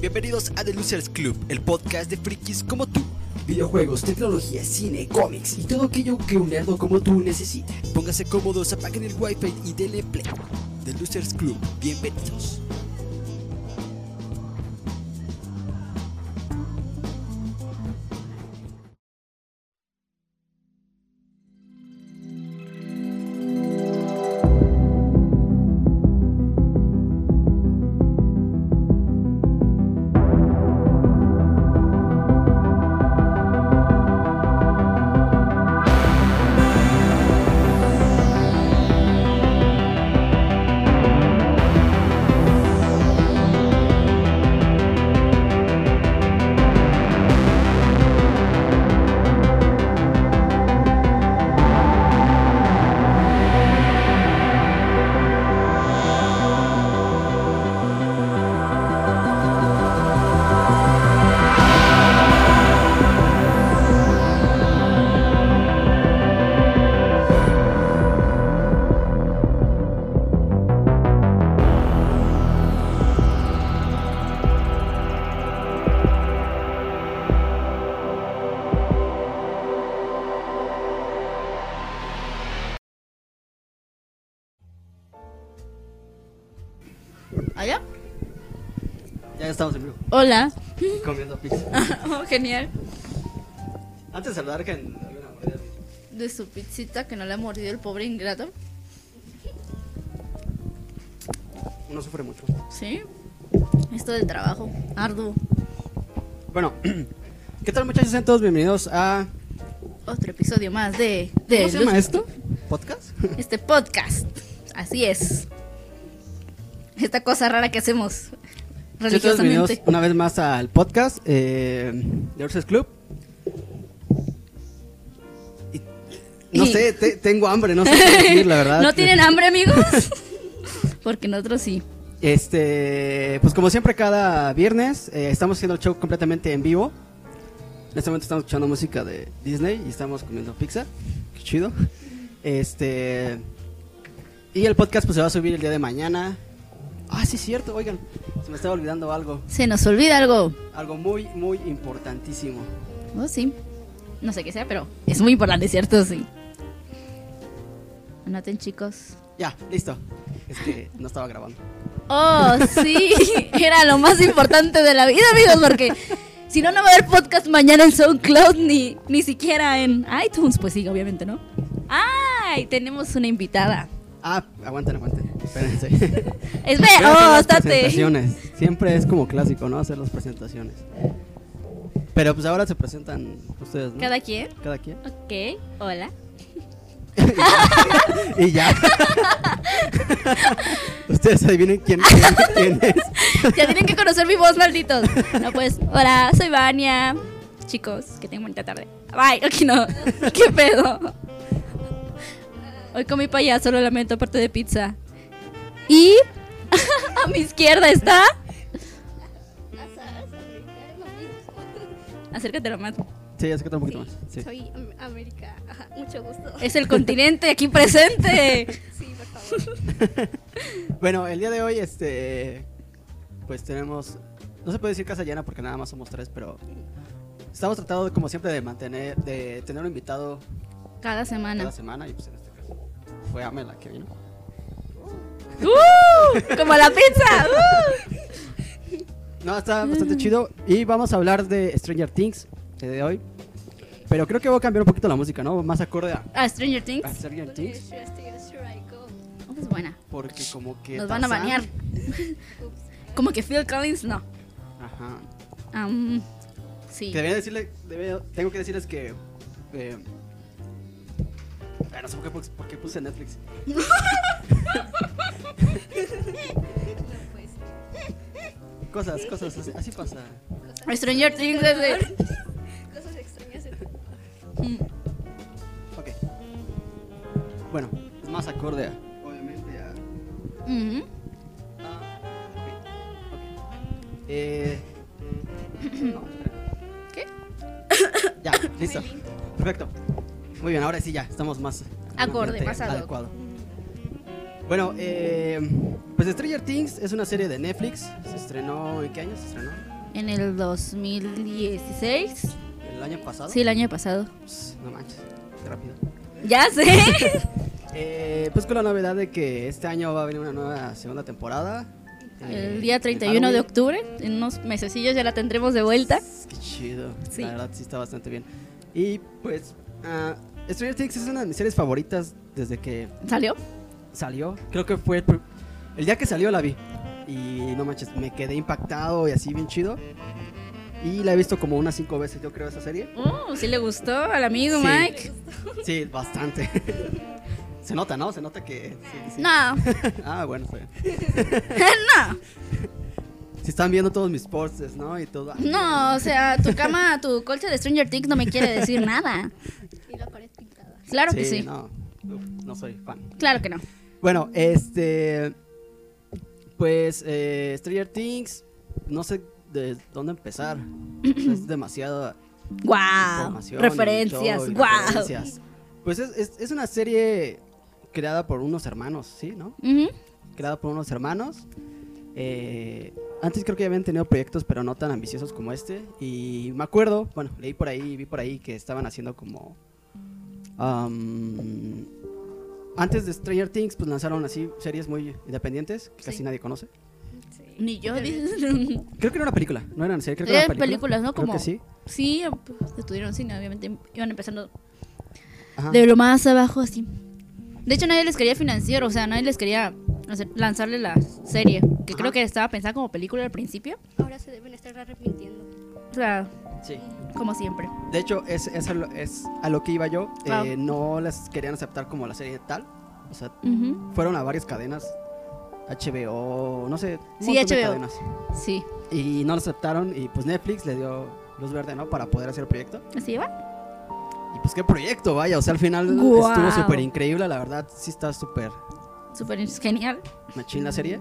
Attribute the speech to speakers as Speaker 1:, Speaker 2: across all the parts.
Speaker 1: Bienvenidos a The Losers Club, el podcast de frikis como tú.
Speaker 2: Videojuegos, tecnología, cine, cómics y todo aquello que un nerdo como tú necesita.
Speaker 1: Póngase cómodos, apaguen el wifi y denle play. The Losers Club, bienvenidos.
Speaker 3: ¿Allá?
Speaker 2: Ya estamos en vivo,
Speaker 3: Hola.
Speaker 2: comiendo pizza.
Speaker 3: Oh, genial.
Speaker 2: Antes de saludar que en alguna mordida.
Speaker 3: De su pizzita que no le ha mordido el pobre ingrato.
Speaker 2: uno sufre mucho.
Speaker 3: Sí. Esto del trabajo. Arduo.
Speaker 2: Bueno, ¿qué tal muchachos? Sean todos bienvenidos a...
Speaker 3: Otro episodio más de... de
Speaker 2: ¿Cómo se llama
Speaker 3: los-
Speaker 2: esto? ¿Podcast?
Speaker 3: Este podcast. Así es. Esta cosa rara que hacemos.
Speaker 2: Sean todos bienvenidos
Speaker 3: Religiosamente.
Speaker 2: una vez más al podcast eh, de Horses Club. Y- No
Speaker 3: Y-
Speaker 2: sé, te- tengo hambre, no sé qué decir, la verdad.
Speaker 3: ¿No tienen hambre, amigos? Porque nosotros sí.
Speaker 2: Este, pues como siempre cada viernes eh, estamos haciendo el show completamente en vivo. En este momento estamos escuchando música de Disney y estamos comiendo pizza. Qué chido. Este y el podcast pues se va a subir el día de mañana. Ah, sí, cierto. Oigan, se me estaba olvidando algo,
Speaker 3: Se nos olvida algo.
Speaker 2: algo muy muy importantísimo.
Speaker 3: Oh, sí. No sé qué sea, pero es muy importante, ¿cierto? Sí. Anoten, chicos.
Speaker 2: Ya, listo. Es que no estaba grabando.
Speaker 3: Oh, sí, era lo más importante de la vida, amigos, porque si no, no va a haber podcast mañana en SoundCloud ni, ni siquiera en iTunes. Pues sí, obviamente, ¿no? ¡Ay! Tenemos una invitada.
Speaker 2: Ah, aguanten, aguanten. Espérense. Quiero hacer
Speaker 3: Espera, oh,
Speaker 2: las
Speaker 3: estate.
Speaker 2: presentaciones. Siempre es como clásico, ¿no? Hacer las presentaciones. Pero pues ahora se presentan ustedes, ¿no?
Speaker 3: ¿Cada quien?
Speaker 2: Cada quien.
Speaker 3: Ok, hola.
Speaker 2: Y ya. ustedes adivinen quién, quién- quién es.
Speaker 3: Ya tienen que conocer mi voz, malditos. No, pues, hola, soy Vania. Chicos, que tengan bonita tarde. Bye, ok, no. ¿Qué pedo? Hoy comí payaso, lo lamento, aparte de pizza. Y a mi izquierda está. Acércate nomás.
Speaker 2: Sí, acércate un poquito más. Sí. Eh.
Speaker 4: Soy am- América. Ajá, mucho gusto.
Speaker 3: Es el continente aquí presente.
Speaker 4: Sí, por favor.
Speaker 2: Bueno, el día de hoy, este. Pues tenemos. No se puede decir casa llena porque nada más somos tres, pero. Estamos tratando, de, como siempre, de mantener. De tener un invitado
Speaker 3: Cada semana.
Speaker 2: cada semana. Y pues en este caso fue Amela que vino.
Speaker 3: ¡Uh! Como la pizza. ¡Uh!
Speaker 2: No, está bastante chido. Y vamos a hablar de Stranger Things eh, de hoy. Pero creo que voy a cambiar un poquito la música, ¿no? Más acorde a,
Speaker 3: Ah, Stranger
Speaker 2: a
Speaker 3: Things.
Speaker 2: Stranger
Speaker 4: Porque
Speaker 2: Things.
Speaker 4: should I stay or should I go?
Speaker 3: Oh, Es buena.
Speaker 2: Porque como que...
Speaker 3: Nos van a
Speaker 2: Tarzán-
Speaker 3: banear.
Speaker 4: Ups.
Speaker 3: Como que Phil Collins, no.
Speaker 2: Ajá.
Speaker 3: Am, sí.
Speaker 2: Que debería decirle... debe- tengo que decirles que... eh, ay, no sé por qué, pus- por qué puse Netflix.
Speaker 4: No, pues.
Speaker 2: Cosas, cosas, así, así pasa.
Speaker 4: Cosas,
Speaker 3: Stranger Things es de-
Speaker 4: cosas extrañas. de-
Speaker 3: Mm,
Speaker 2: Ok. Bueno, es más acorde a... Obviamente a...
Speaker 3: ujú.
Speaker 2: Eh... no, espera.
Speaker 3: ¿Qué?
Speaker 2: Ya, listo. Perfecto. Muy bien, ahora sí ya, estamos más... en un
Speaker 3: Acorde,
Speaker 2: ambiente
Speaker 3: más ad hoc.
Speaker 2: adecuado. Bueno, eh, Pues Stranger Things es una serie de Netflix. Se estrenó, ¿en qué año se estrenó?
Speaker 3: En el 2016.
Speaker 2: ¿El año pasado?
Speaker 3: Sí, el año pasado.
Speaker 2: Pss, no manches, qué rápido.
Speaker 3: Ya sé.
Speaker 2: Eh, pues con la novedad de que este año va a venir una nueva segunda temporada. Eh,
Speaker 3: El día
Speaker 2: en
Speaker 3: 31 de
Speaker 2: Halloween.
Speaker 3: octubre, en unos mesecillos ya la tendremos de vuelta.
Speaker 2: Qué chido.
Speaker 3: Sí.
Speaker 2: La verdad sí está bastante bien. Y pues ah, Stranger Things es una de mis series favoritas desde que
Speaker 3: ¿Salió?
Speaker 2: salió. Creo que fue el, pr- el día que salió la vi. Y no manches, me quedé impactado y así bien chido. Y la he visto como unas cinco veces, yo creo, esa serie.
Speaker 3: Uh, sí le gustó al amigo
Speaker 2: Sí.
Speaker 3: Mike.
Speaker 2: Sí, bastante. Se nota, ¿no? Se nota que... sí, sí.
Speaker 3: No,
Speaker 2: Ah, bueno, está bien.
Speaker 3: no,
Speaker 2: Si están viendo todos mis posts, ¿no? Y todo.
Speaker 3: no, o sea, tu cama, tu colcha de Stranger Things no me quiere decir nada.
Speaker 4: Y la pared pintada.
Speaker 3: Claro que sí,
Speaker 2: No, Uf, no soy fan.
Speaker 3: claro que no.
Speaker 2: Bueno, este. Pues, eh, Stranger Things. No sé de dónde empezar. es demasiada
Speaker 3: ¡Wow!
Speaker 2: información. y
Speaker 3: Ah, Referencias,
Speaker 2: todo, y
Speaker 3: wow.
Speaker 2: referencias. Pues es, es- es una serie creada por unos hermanos, ¿sí? ¿No?
Speaker 3: Ujú.
Speaker 2: Creada por unos hermanos. Eh, antes creo que ya habían tenido proyectos, pero no tan ambiciosos como este. Y me acuerdo, bueno, leí por ahí, vi por ahí que estaban haciendo como. am, antes de Stranger Things, pues lanzaron así series muy independientes que casi
Speaker 4: Sí.
Speaker 2: nadie conoce.
Speaker 4: Sí.
Speaker 3: Ni yo.
Speaker 2: Creo que era una película, no eran series, creo que
Speaker 3: Eran
Speaker 2: era película.
Speaker 3: películas, ¿no?
Speaker 2: Creo
Speaker 3: Como-
Speaker 2: que sí.
Speaker 3: Sí, pues, estuvieron cine, obviamente iban empezando
Speaker 2: Ajá.
Speaker 3: de lo más abajo así. De hecho, nadie les quería financiar, o sea, nadie les quería o sea, lanzarle la serie, que
Speaker 2: Ajá.
Speaker 3: creo que estaba pensada como película al principio.
Speaker 4: Ahora se deben estar arrepintiendo.
Speaker 3: O sea,
Speaker 2: Sí.
Speaker 3: como siempre.
Speaker 2: De hecho, es, es, a, lo, es a lo que iba yo.
Speaker 3: Ah.
Speaker 2: eh, no las querían aceptar como la serie tal. O sea,
Speaker 3: Ujú.
Speaker 2: fueron a varias cadenas. HBO, no sé. un
Speaker 3: Sí,
Speaker 2: montón de
Speaker 3: HBO.
Speaker 2: cadenas.
Speaker 3: Sí.
Speaker 2: Y no lo aceptaron y pues Netflix le dio luz verde, ¿no? Para poder hacer el proyecto.
Speaker 3: ¿Así va?
Speaker 2: Y pues qué proyecto, vaya. O sea, al final
Speaker 3: Guau.
Speaker 2: estuvo súper increíble, la verdad. Sí está súper
Speaker 3: Súper genial.
Speaker 2: machín la serie.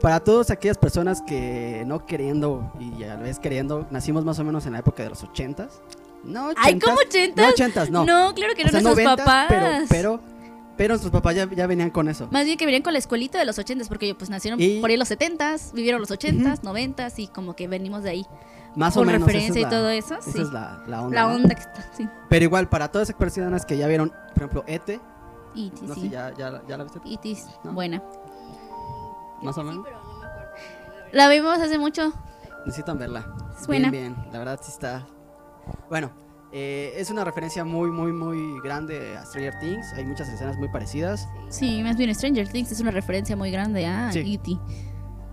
Speaker 2: Para todas aquellas personas que no queriendo y a la vez queriendo, nacimos más o menos en la época de los ochentas. No, ochentas.
Speaker 3: Ay, ¿cómo
Speaker 2: No,
Speaker 3: 80?
Speaker 2: ochentas, no.
Speaker 3: claro que
Speaker 2: O
Speaker 3: no,
Speaker 2: sea,
Speaker 3: nuestros
Speaker 2: noventas,
Speaker 3: papás.
Speaker 2: Pero, pero, pero nuestros papás ya, ya venían con eso.
Speaker 3: Más bien que venían con la escuelita de los 80 porque pues nacieron
Speaker 2: Y-
Speaker 3: por ahí los 70 vivieron los 80s, 90s y como que venimos de ahí.
Speaker 2: Más
Speaker 3: con
Speaker 2: o menos. esa es
Speaker 3: referencia y
Speaker 2: la-
Speaker 3: todo eso,
Speaker 2: Esa
Speaker 3: sí.
Speaker 2: es la, la onda.
Speaker 3: La
Speaker 2: ¿no?
Speaker 3: onda que está, sí.
Speaker 2: Pero igual, para todas esas personas que ya vieron, por ejemplo, Ete,
Speaker 3: Y
Speaker 2: no sé,
Speaker 3: sí.
Speaker 2: ya, ya, la- ya la viste,
Speaker 3: Y tis,
Speaker 2: ¿No?
Speaker 3: buena.
Speaker 2: más o
Speaker 4: Sí,
Speaker 2: menos.
Speaker 4: pero no me acuerdo.
Speaker 3: La
Speaker 4: La verdad.
Speaker 3: vimos hace mucho.
Speaker 2: Necesitan verla.
Speaker 3: Es buena.
Speaker 2: Bien, bien, la verdad sí está. Bueno, eh, es una referencia muy, muy, muy grande a Stranger Things. Hay muchas escenas muy parecidas.
Speaker 3: Sí, más bien Stranger Things es una referencia muy grande a E
Speaker 2: Sí.
Speaker 3: E.T.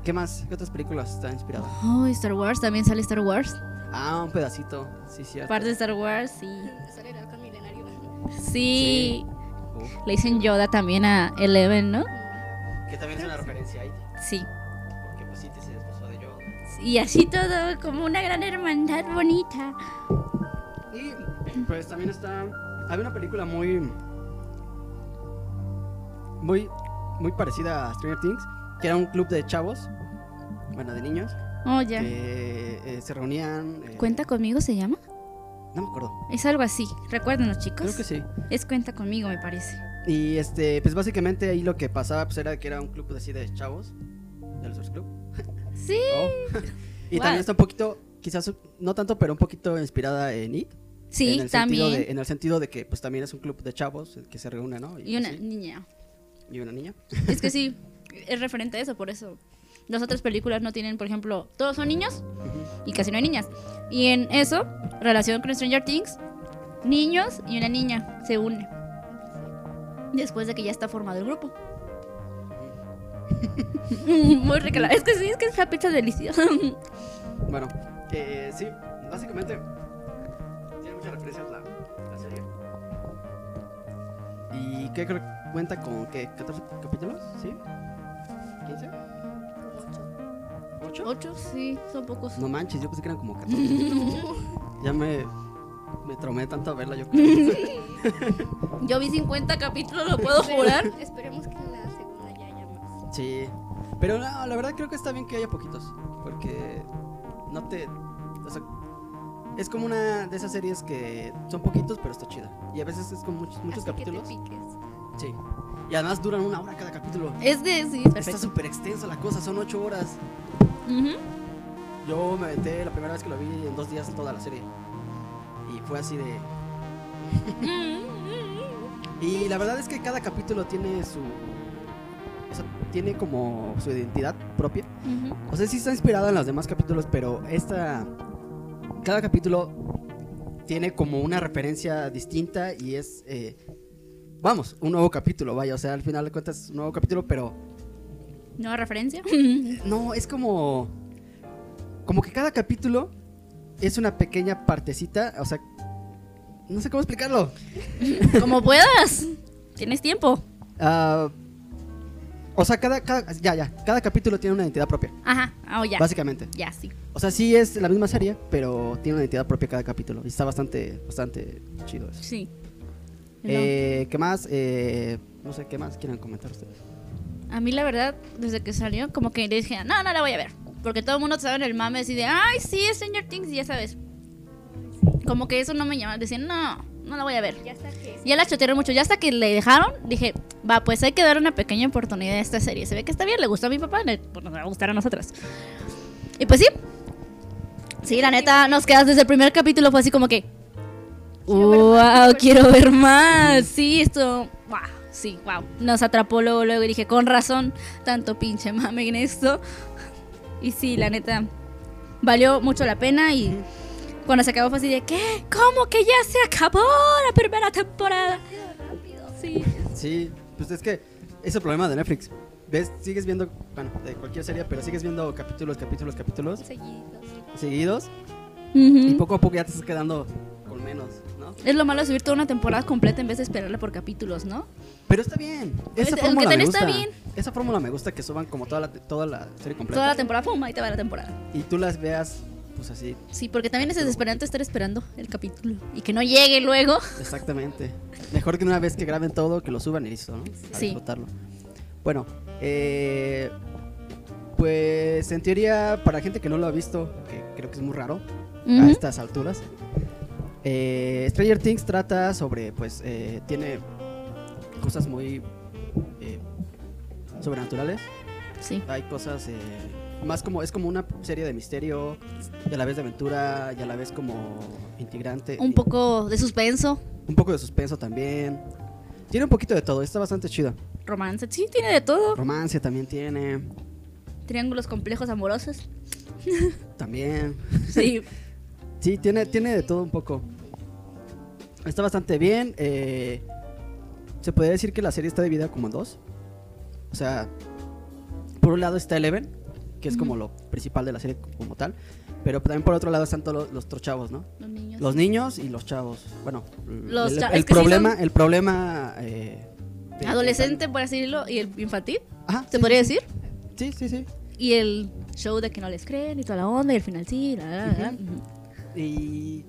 Speaker 2: ¿Qué más? ¿Qué otras películas está inspirada?
Speaker 3: Oh, Star Wars, también sale Star Wars.
Speaker 2: Ah, un pedacito. Sí, cierto.
Speaker 3: Parte de Star Wars, sí.
Speaker 4: Sale el halcón milenario.
Speaker 3: Sí.
Speaker 2: Uf,
Speaker 3: Le dicen Yoda también a Eleven,
Speaker 4: Mm,
Speaker 3: ¿no?
Speaker 2: que también es una referencia ahí.
Speaker 3: Sí.
Speaker 2: Porque pues sí, se esposo de yo.
Speaker 3: Y así todo, como una gran hermandad bonita.
Speaker 2: Y pues también está. Había una película muy. Muy. Muy parecida a Stranger Things. Que era un club de chavos. Bueno, de niños.
Speaker 3: Oh, ya.
Speaker 2: Que eh, se reunían. eh,
Speaker 3: ¿Cuenta conmigo se llama?
Speaker 2: No me acuerdo.
Speaker 3: Es algo así. Recuérdenlo, chicos.
Speaker 2: Creo que sí.
Speaker 3: Es Cuenta conmigo, me parece.
Speaker 2: Y este, pues básicamente ahí lo que pasaba pues era que era un club así de chavos. Del Source Club.
Speaker 3: Sí.
Speaker 2: Oh. y
Speaker 3: Guau.
Speaker 2: también está un poquito. Quizás no tanto, pero un poquito inspirada en It. en
Speaker 3: Sí,
Speaker 2: el sentido
Speaker 3: también.
Speaker 2: de- en el sentido de que pues también es un club de chavos que se reúne, ¿no?
Speaker 3: Y una
Speaker 2: así,
Speaker 3: niña.
Speaker 2: y una niña.
Speaker 3: Es que sí, es referente a eso, por eso. Las otras películas no tienen, por ejemplo, todos son niños y casi no hay niñas. Y en eso, relación con Stranger Things, niños y una niña se unen. Después de que ya está formado el grupo. Muy recalada. Es que sí, es que es la pizza deliciosa.
Speaker 2: Bueno, eh, sí, básicamente tiene muchas referencias la, la serie. ¿Y qué creo que cuenta con qué? ¿14 capítulos? ¿Sí? ¿15? ¿8?
Speaker 3: Ocho, sí, son pocos.
Speaker 2: No manches, yo pensé que eran como 14. ya me, me traumé tanto a verla, yo creo.
Speaker 3: Yo vi 50 capítulos, lo puedo jurar.
Speaker 4: Esperemos que en la segunda ya haya más.
Speaker 2: Sí. Pero no, la verdad creo que está bien que haya poquitos. Porque no te. O sea, es como una de esas series que son poquitos, pero está chida. Y a veces es con muchos, muchos
Speaker 4: Hasta
Speaker 2: capítulos.
Speaker 4: Que te piques.
Speaker 2: Sí. Y además duran una hora cada capítulo.
Speaker 3: Es de, sí,
Speaker 2: Está
Speaker 3: perfecto.
Speaker 2: súper extensa la cosa, son ocho horas.
Speaker 3: Ujú.
Speaker 2: Yo me aventé la primera vez que lo vi en dos días toda la serie. Y fue así de. Y la verdad es que cada capítulo tiene su. o sea, tiene como su identidad propia.
Speaker 3: Ujú.
Speaker 2: O sea, sí está inspirada en los demás capítulos, pero esta. Cada capítulo tiene como una referencia distinta y es. eh, vamos, un nuevo capítulo, vaya. O sea, al final de cuentas es un nuevo capítulo, pero.
Speaker 3: ¿Nueva referencia?
Speaker 2: No, es como. Como que cada capítulo es una pequeña partecita. O sea. No sé cómo explicarlo.
Speaker 3: Como puedas. Tienes tiempo.
Speaker 2: Ah, o sea, cada, cada- Ya, ya. Cada capítulo tiene una identidad propia.
Speaker 3: Ajá. Ah, ya.
Speaker 2: Básicamente.
Speaker 3: Ya, sí.
Speaker 2: O sea, sí es la misma serie, pero tiene una identidad propia cada capítulo. Y está bastante, bastante chido eso.
Speaker 3: Sí.
Speaker 2: Eh, ¿Qué más? Eh, no sé, ¿qué más quieran comentar ustedes?
Speaker 3: A mí la verdad, desde que salió, como que le dije, no, no la voy a ver. Porque todo el mundo sabe en el mame así de, ay, sí, es Stranger Things, y ya sabes. Como que eso no me llama. Decían, no, no la voy a ver.
Speaker 4: Ya está que
Speaker 3: Ya la chotearon mucho. Ya hasta que le dejaron, dije, va, pues hay que dar una pequeña oportunidad a esta serie. Se ve que está bien, le gustó a mi papá, le- pues, nos va a gustar a nosotras. Y pues sí. Sí, la neta, nos quedas desde el primer capítulo, fue así como que.
Speaker 4: Quiero ver más,
Speaker 3: ¡Wow! Quiero ver más. Sí, esto. ¡Wow! Sí, wow. Nos atrapó luego, luego y dije, con razón, tanto pinche mame en esto. Y sí, la neta, valió mucho la pena y cuando se acabó fue así de, ¿qué? ¿Cómo que ya se acabó la primera temporada? Sí.
Speaker 2: Sí, pues es que es el problema de Netflix. ¿Ves? Sigues viendo, bueno, de cualquier serie, pero sigues viendo capítulos, capítulos, capítulos
Speaker 4: seguiditos.
Speaker 2: seguidos. Y
Speaker 3: Ujú.
Speaker 2: poco a poco ya te estás quedando con menos, ¿no?
Speaker 3: Es lo malo de subir toda una temporada completa en vez de esperarla por capítulos, ¿no?
Speaker 2: Pero está bien.
Speaker 3: Este,
Speaker 2: Esa
Speaker 3: el
Speaker 2: fórmula
Speaker 3: que
Speaker 2: me
Speaker 3: tenés está
Speaker 2: gusta.
Speaker 3: bien.
Speaker 2: Esa fórmula me gusta que suban como toda la, toda la serie completa.
Speaker 3: Toda la temporada, pum, ahí te va la temporada.
Speaker 2: Y tú las veas, pues así,
Speaker 3: Sí, porque también es desesperante estar esperando el capítulo y que no llegue luego.
Speaker 2: Ah, Exactamente. Mejor que una vez que graben todo, que lo suban y listo, ¿no? Para
Speaker 3: Sí.
Speaker 2: disfrutarlo. Bueno, eh, pues en teoría, para gente que no lo ha visto, que creo que es muy raro a
Speaker 3: Ujú.
Speaker 2: estas alturas, eh, Stranger Things trata sobre, pues, eh, tiene cosas muy eh, sobrenaturales.
Speaker 3: Sí.
Speaker 2: Hay cosas eh, más como, es como una serie de misterio, y a la vez de aventura, y a la vez como integrante.
Speaker 3: Un
Speaker 2: poco
Speaker 3: poco de suspenso,
Speaker 2: un poco de suspenso también. Tiene un poquito de todo, está bastante chido.
Speaker 3: romance. Sí, tiene de todo.
Speaker 2: Romance también tiene.
Speaker 3: Triángulos complejos amorosos.
Speaker 2: También.
Speaker 3: Sí.
Speaker 2: Sí, tiene, tiene de todo un poco. Está bastante bien. eh, se podría decir que la serie está dividida como en dos. O sea, por un lado está Eleven, que es como lo principal de la serie como tal. Pero también por otro lado están todos los, los otros chavos, ¿no?
Speaker 3: Los niños.
Speaker 2: Los niños y los chavos. Bueno,
Speaker 3: Los
Speaker 2: el,
Speaker 3: cha-
Speaker 2: el
Speaker 3: es que sí
Speaker 2: problema,
Speaker 3: son-
Speaker 2: el problema. eh, de-
Speaker 3: Adolescente, por así decirlo, y el infantil,
Speaker 2: Ajá,
Speaker 3: se
Speaker 2: sí,
Speaker 3: podría decir.
Speaker 2: Sí, sí, sí.
Speaker 3: Y el show de que no les creen y toda la onda y el final sí, la, la, la, la. Ujú.
Speaker 2: Y.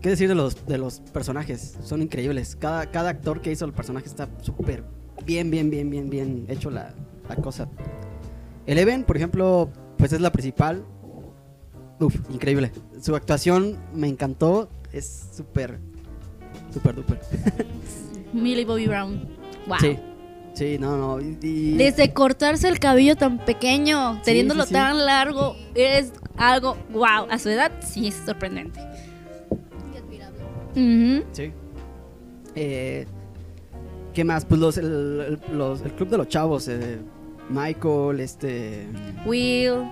Speaker 2: ¿Qué decir de los, de los personajes? Son increíbles. Cada, cada actor que hizo el personaje está súper bien, bien, bien, bien, bien hecho la, la cosa. Eleven, por ejemplo, pues es la principal. Uf, increíble. Su actuación me encantó. Es súper, súper, duper.
Speaker 3: Millie Bobby Brown. Wow.
Speaker 2: Sí, sí, no, no. y- y-
Speaker 3: Desde cortarse el cabello tan pequeño, teniéndolo
Speaker 2: sí, sí.
Speaker 3: tan largo, es algo wow. A su edad sí es sorprendente.
Speaker 4: Y admirable.
Speaker 3: Ujú.
Speaker 2: Sí. Eh, ¿Qué más? Pues los, el, el- los- el club de los chavos. eh, Michael, este.
Speaker 3: Will,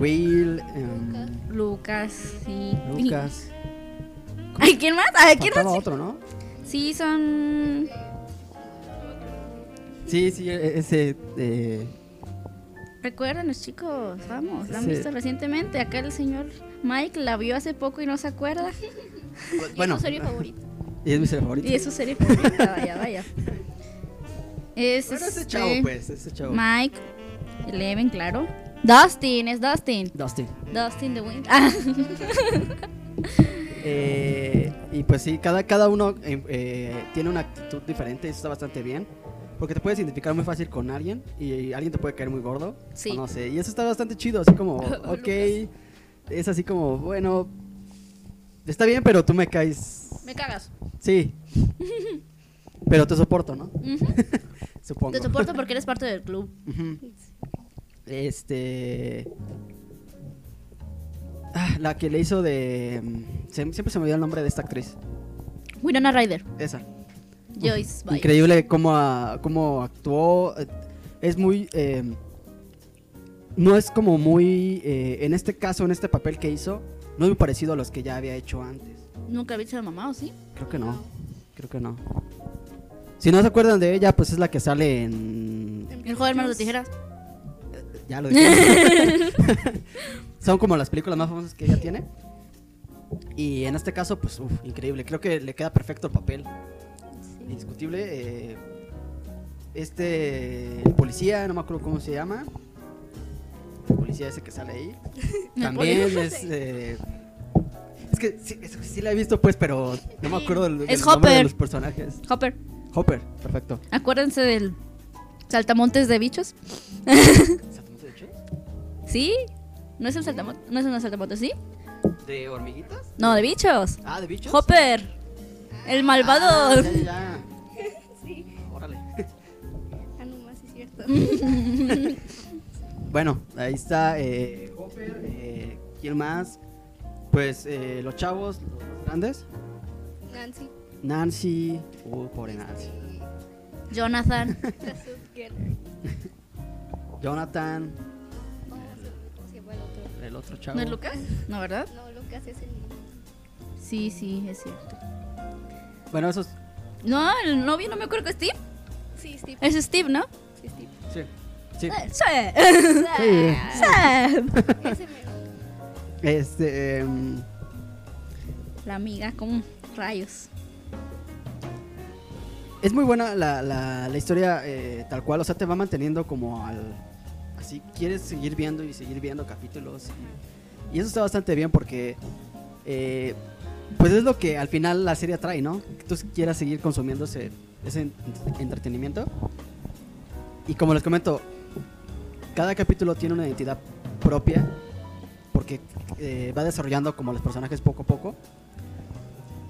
Speaker 2: Will, em,
Speaker 3: Lucas, sí.
Speaker 2: Lucas.
Speaker 3: ¿Ay, quién más? ¿Ay, quién
Speaker 2: Faltaba
Speaker 3: más?
Speaker 2: otro, ¿no?
Speaker 3: Sí, son.
Speaker 2: Sí, sí, e- ese. eh,
Speaker 3: Recuerden los chicos, vamos, la han
Speaker 2: Sí.
Speaker 3: visto recientemente. Acá el señor Mike la vio hace poco y no se acuerda.
Speaker 2: bueno,
Speaker 4: ¿Y tu serie favorita?
Speaker 2: y es mi serie favorita.
Speaker 3: Y es su serie favorita, vaya, vaya. Es
Speaker 2: Bueno, ese
Speaker 3: este,
Speaker 2: chavo, pues, ese chavo.
Speaker 3: Mike, Eleven, claro. Dustin, es Dustin.
Speaker 2: Dustin.
Speaker 3: Dustin the Wind. Ah,
Speaker 2: Eh, y pues sí, cada, cada uno eh, eh, tiene una actitud diferente, eso está bastante bien. Porque te puedes identificar muy fácil con alguien y, alguien te puede caer muy gordo.
Speaker 3: Sí.
Speaker 2: o no sé, y eso está bastante chido, así como, ok, es así como, bueno, está bien, pero tú me caes.
Speaker 4: Me cagas.
Speaker 2: Sí. Pero te soporto, ¿no?
Speaker 3: Ujú.
Speaker 2: Supongo.
Speaker 3: Te soporto porque eres parte del club.
Speaker 2: Ujú. Este. Ah, la que le hizo de. mm, se- siempre se me olvida el nombre de esta actriz.
Speaker 3: Winona Ryder.
Speaker 2: Esa.
Speaker 3: Joyce. Byers.
Speaker 2: Increíble cómo, a- cómo actuó. eh, Es muy. eh, no es como muy. eh, en este caso, en este papel que hizo, no es muy parecido a los que ya había hecho antes.
Speaker 3: ¿Nunca viste a la mamá o sí?
Speaker 2: Creo que no. Creo que no. Si no se acuerdan de ella, pues es la que sale en.
Speaker 3: El joven manos de tijeras.
Speaker 2: Ya lo dije. Son como las películas más famosas que ella tiene. Y en este caso, pues, uf, increíble. Creo que le queda perfecto el papel. Indiscutible. eh, este el policía, no me acuerdo cómo se llama. El policía ese que sale ahí. También es. eh, es que sí, es- sí la he visto, pues, pero no me acuerdo del,
Speaker 3: Es
Speaker 2: del nombre de
Speaker 3: Hopper.
Speaker 2: los personajes.
Speaker 3: Hopper.
Speaker 2: Hopper, perfecto.
Speaker 3: Acuérdense del saltamontes de bichos.
Speaker 2: ¿Saltamontes de chos?
Speaker 3: ¿Sí? ¿No es el saltamontes? ¿No es un saltamontes, sí?
Speaker 2: ¿De hormiguitas?
Speaker 3: No, de bichos.
Speaker 2: Ah, de bichos.
Speaker 3: Hopper. El malvado.
Speaker 2: Ah, ya, ya, ya. Órale.
Speaker 4: Ah, no más, es cierto.
Speaker 2: Bueno, ahí está eh, Hopper, eh, ¿quién más? Pues eh, los chavos, los más grandes.
Speaker 4: Nancy.
Speaker 2: Nancy, uh, pobre Nancy.
Speaker 3: Jonathan.
Speaker 4: La Subgetter.
Speaker 2: Jonathan,
Speaker 4: ¿Cómo se llama el otro?
Speaker 2: el otro chavo.
Speaker 3: ¿No es Lucas? No, ¿verdad?
Speaker 4: No, Lucas es el.
Speaker 3: Sí, sí, es cierto.
Speaker 2: Bueno, esos.
Speaker 3: No, el novio no me acuerdo que es Steve.
Speaker 4: Sí, Steve.
Speaker 3: Es Steve, ¿no?
Speaker 4: Sí, Steve.
Speaker 2: Sí. Sí.
Speaker 3: Eh, Sí.
Speaker 2: Sí.
Speaker 3: Sí.
Speaker 4: Ese mero.
Speaker 2: Este. em,
Speaker 3: La amiga con rayos.
Speaker 2: es muy buena la, la- la historia eh, tal cual, o sea, te va manteniendo como al... Así, quieres seguir viendo y seguir viendo capítulos. Y, y eso está bastante bien porque... eh, pues es lo que al final la serie trae, ¿no? Que tú quieras seguir consumiendo ese, ese en- entretenimiento. Y como les comento, cada capítulo tiene una identidad propia porque eh, va desarrollando como los personajes poco a poco.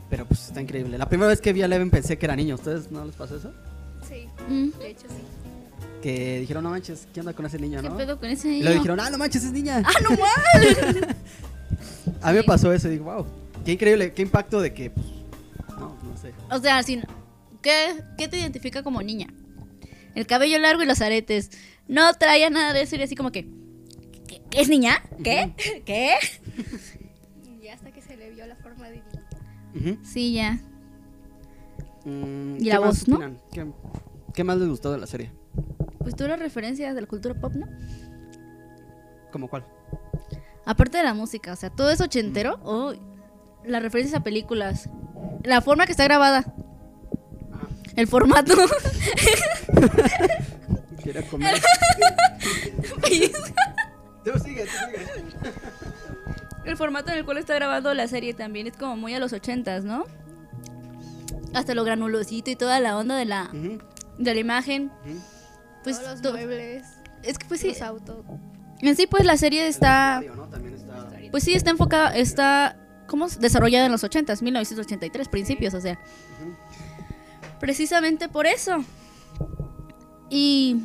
Speaker 2: Pero pues está increíble. La primera vez que vi a Eleven pensé que era niño. ¿Ustedes no les pasó eso?
Speaker 4: Sí,
Speaker 3: Mm.
Speaker 4: de hecho sí.
Speaker 2: Que dijeron, no manches, ¿qué onda con ese niño,
Speaker 3: ¿Qué
Speaker 2: no?
Speaker 3: pedo con ese
Speaker 2: Y
Speaker 3: niño?
Speaker 2: luego dijeron, ah, no manches, es niña.
Speaker 3: ¡Ah, no más!
Speaker 2: A mí me pasó eso y digo, wow, qué increíble, qué impacto de que, pues, no, no sé.
Speaker 3: O sea, sin, ¿qué, ¿qué te identifica como niña? El cabello largo y los aretes. No traía nada de eso y era así como que... ¿qué- qué ¿Es niña? ¿Qué? ¿Qué?
Speaker 4: Y hasta que se le vio la forma de.
Speaker 2: Ujú.
Speaker 3: Sí, ya.
Speaker 2: Mm,
Speaker 3: Y
Speaker 2: ¿qué
Speaker 3: la
Speaker 2: más
Speaker 3: voz, ¿no?
Speaker 2: opinan? ¿Qué, qué más les gustó de la serie?
Speaker 3: Pues tú las referencias de la cultura pop, ¿no?
Speaker 2: ¿Como cuál?
Speaker 3: Aparte de la música, o sea, todo es ochentero. o las referencias a películas. La forma que está grabada. El formato.
Speaker 2: Quiero comer. tú sigue, tú sigue.
Speaker 3: El formato en el cual está grabando la serie también es como muy a los ochentas, ¿no? Hasta lo granulosito y toda la onda de la,
Speaker 2: Ujú,
Speaker 3: de la imagen.
Speaker 2: ujú.
Speaker 3: Pues
Speaker 4: todos los
Speaker 3: to-
Speaker 4: muebles,
Speaker 3: es que pues sí,
Speaker 4: los autos.
Speaker 3: en sí pues la serie está,
Speaker 2: Mario, ¿no? También está-
Speaker 3: pues sí está enfocada, está como desarrollada en los ochentas, 1983 principios, o sea, precisamente por eso y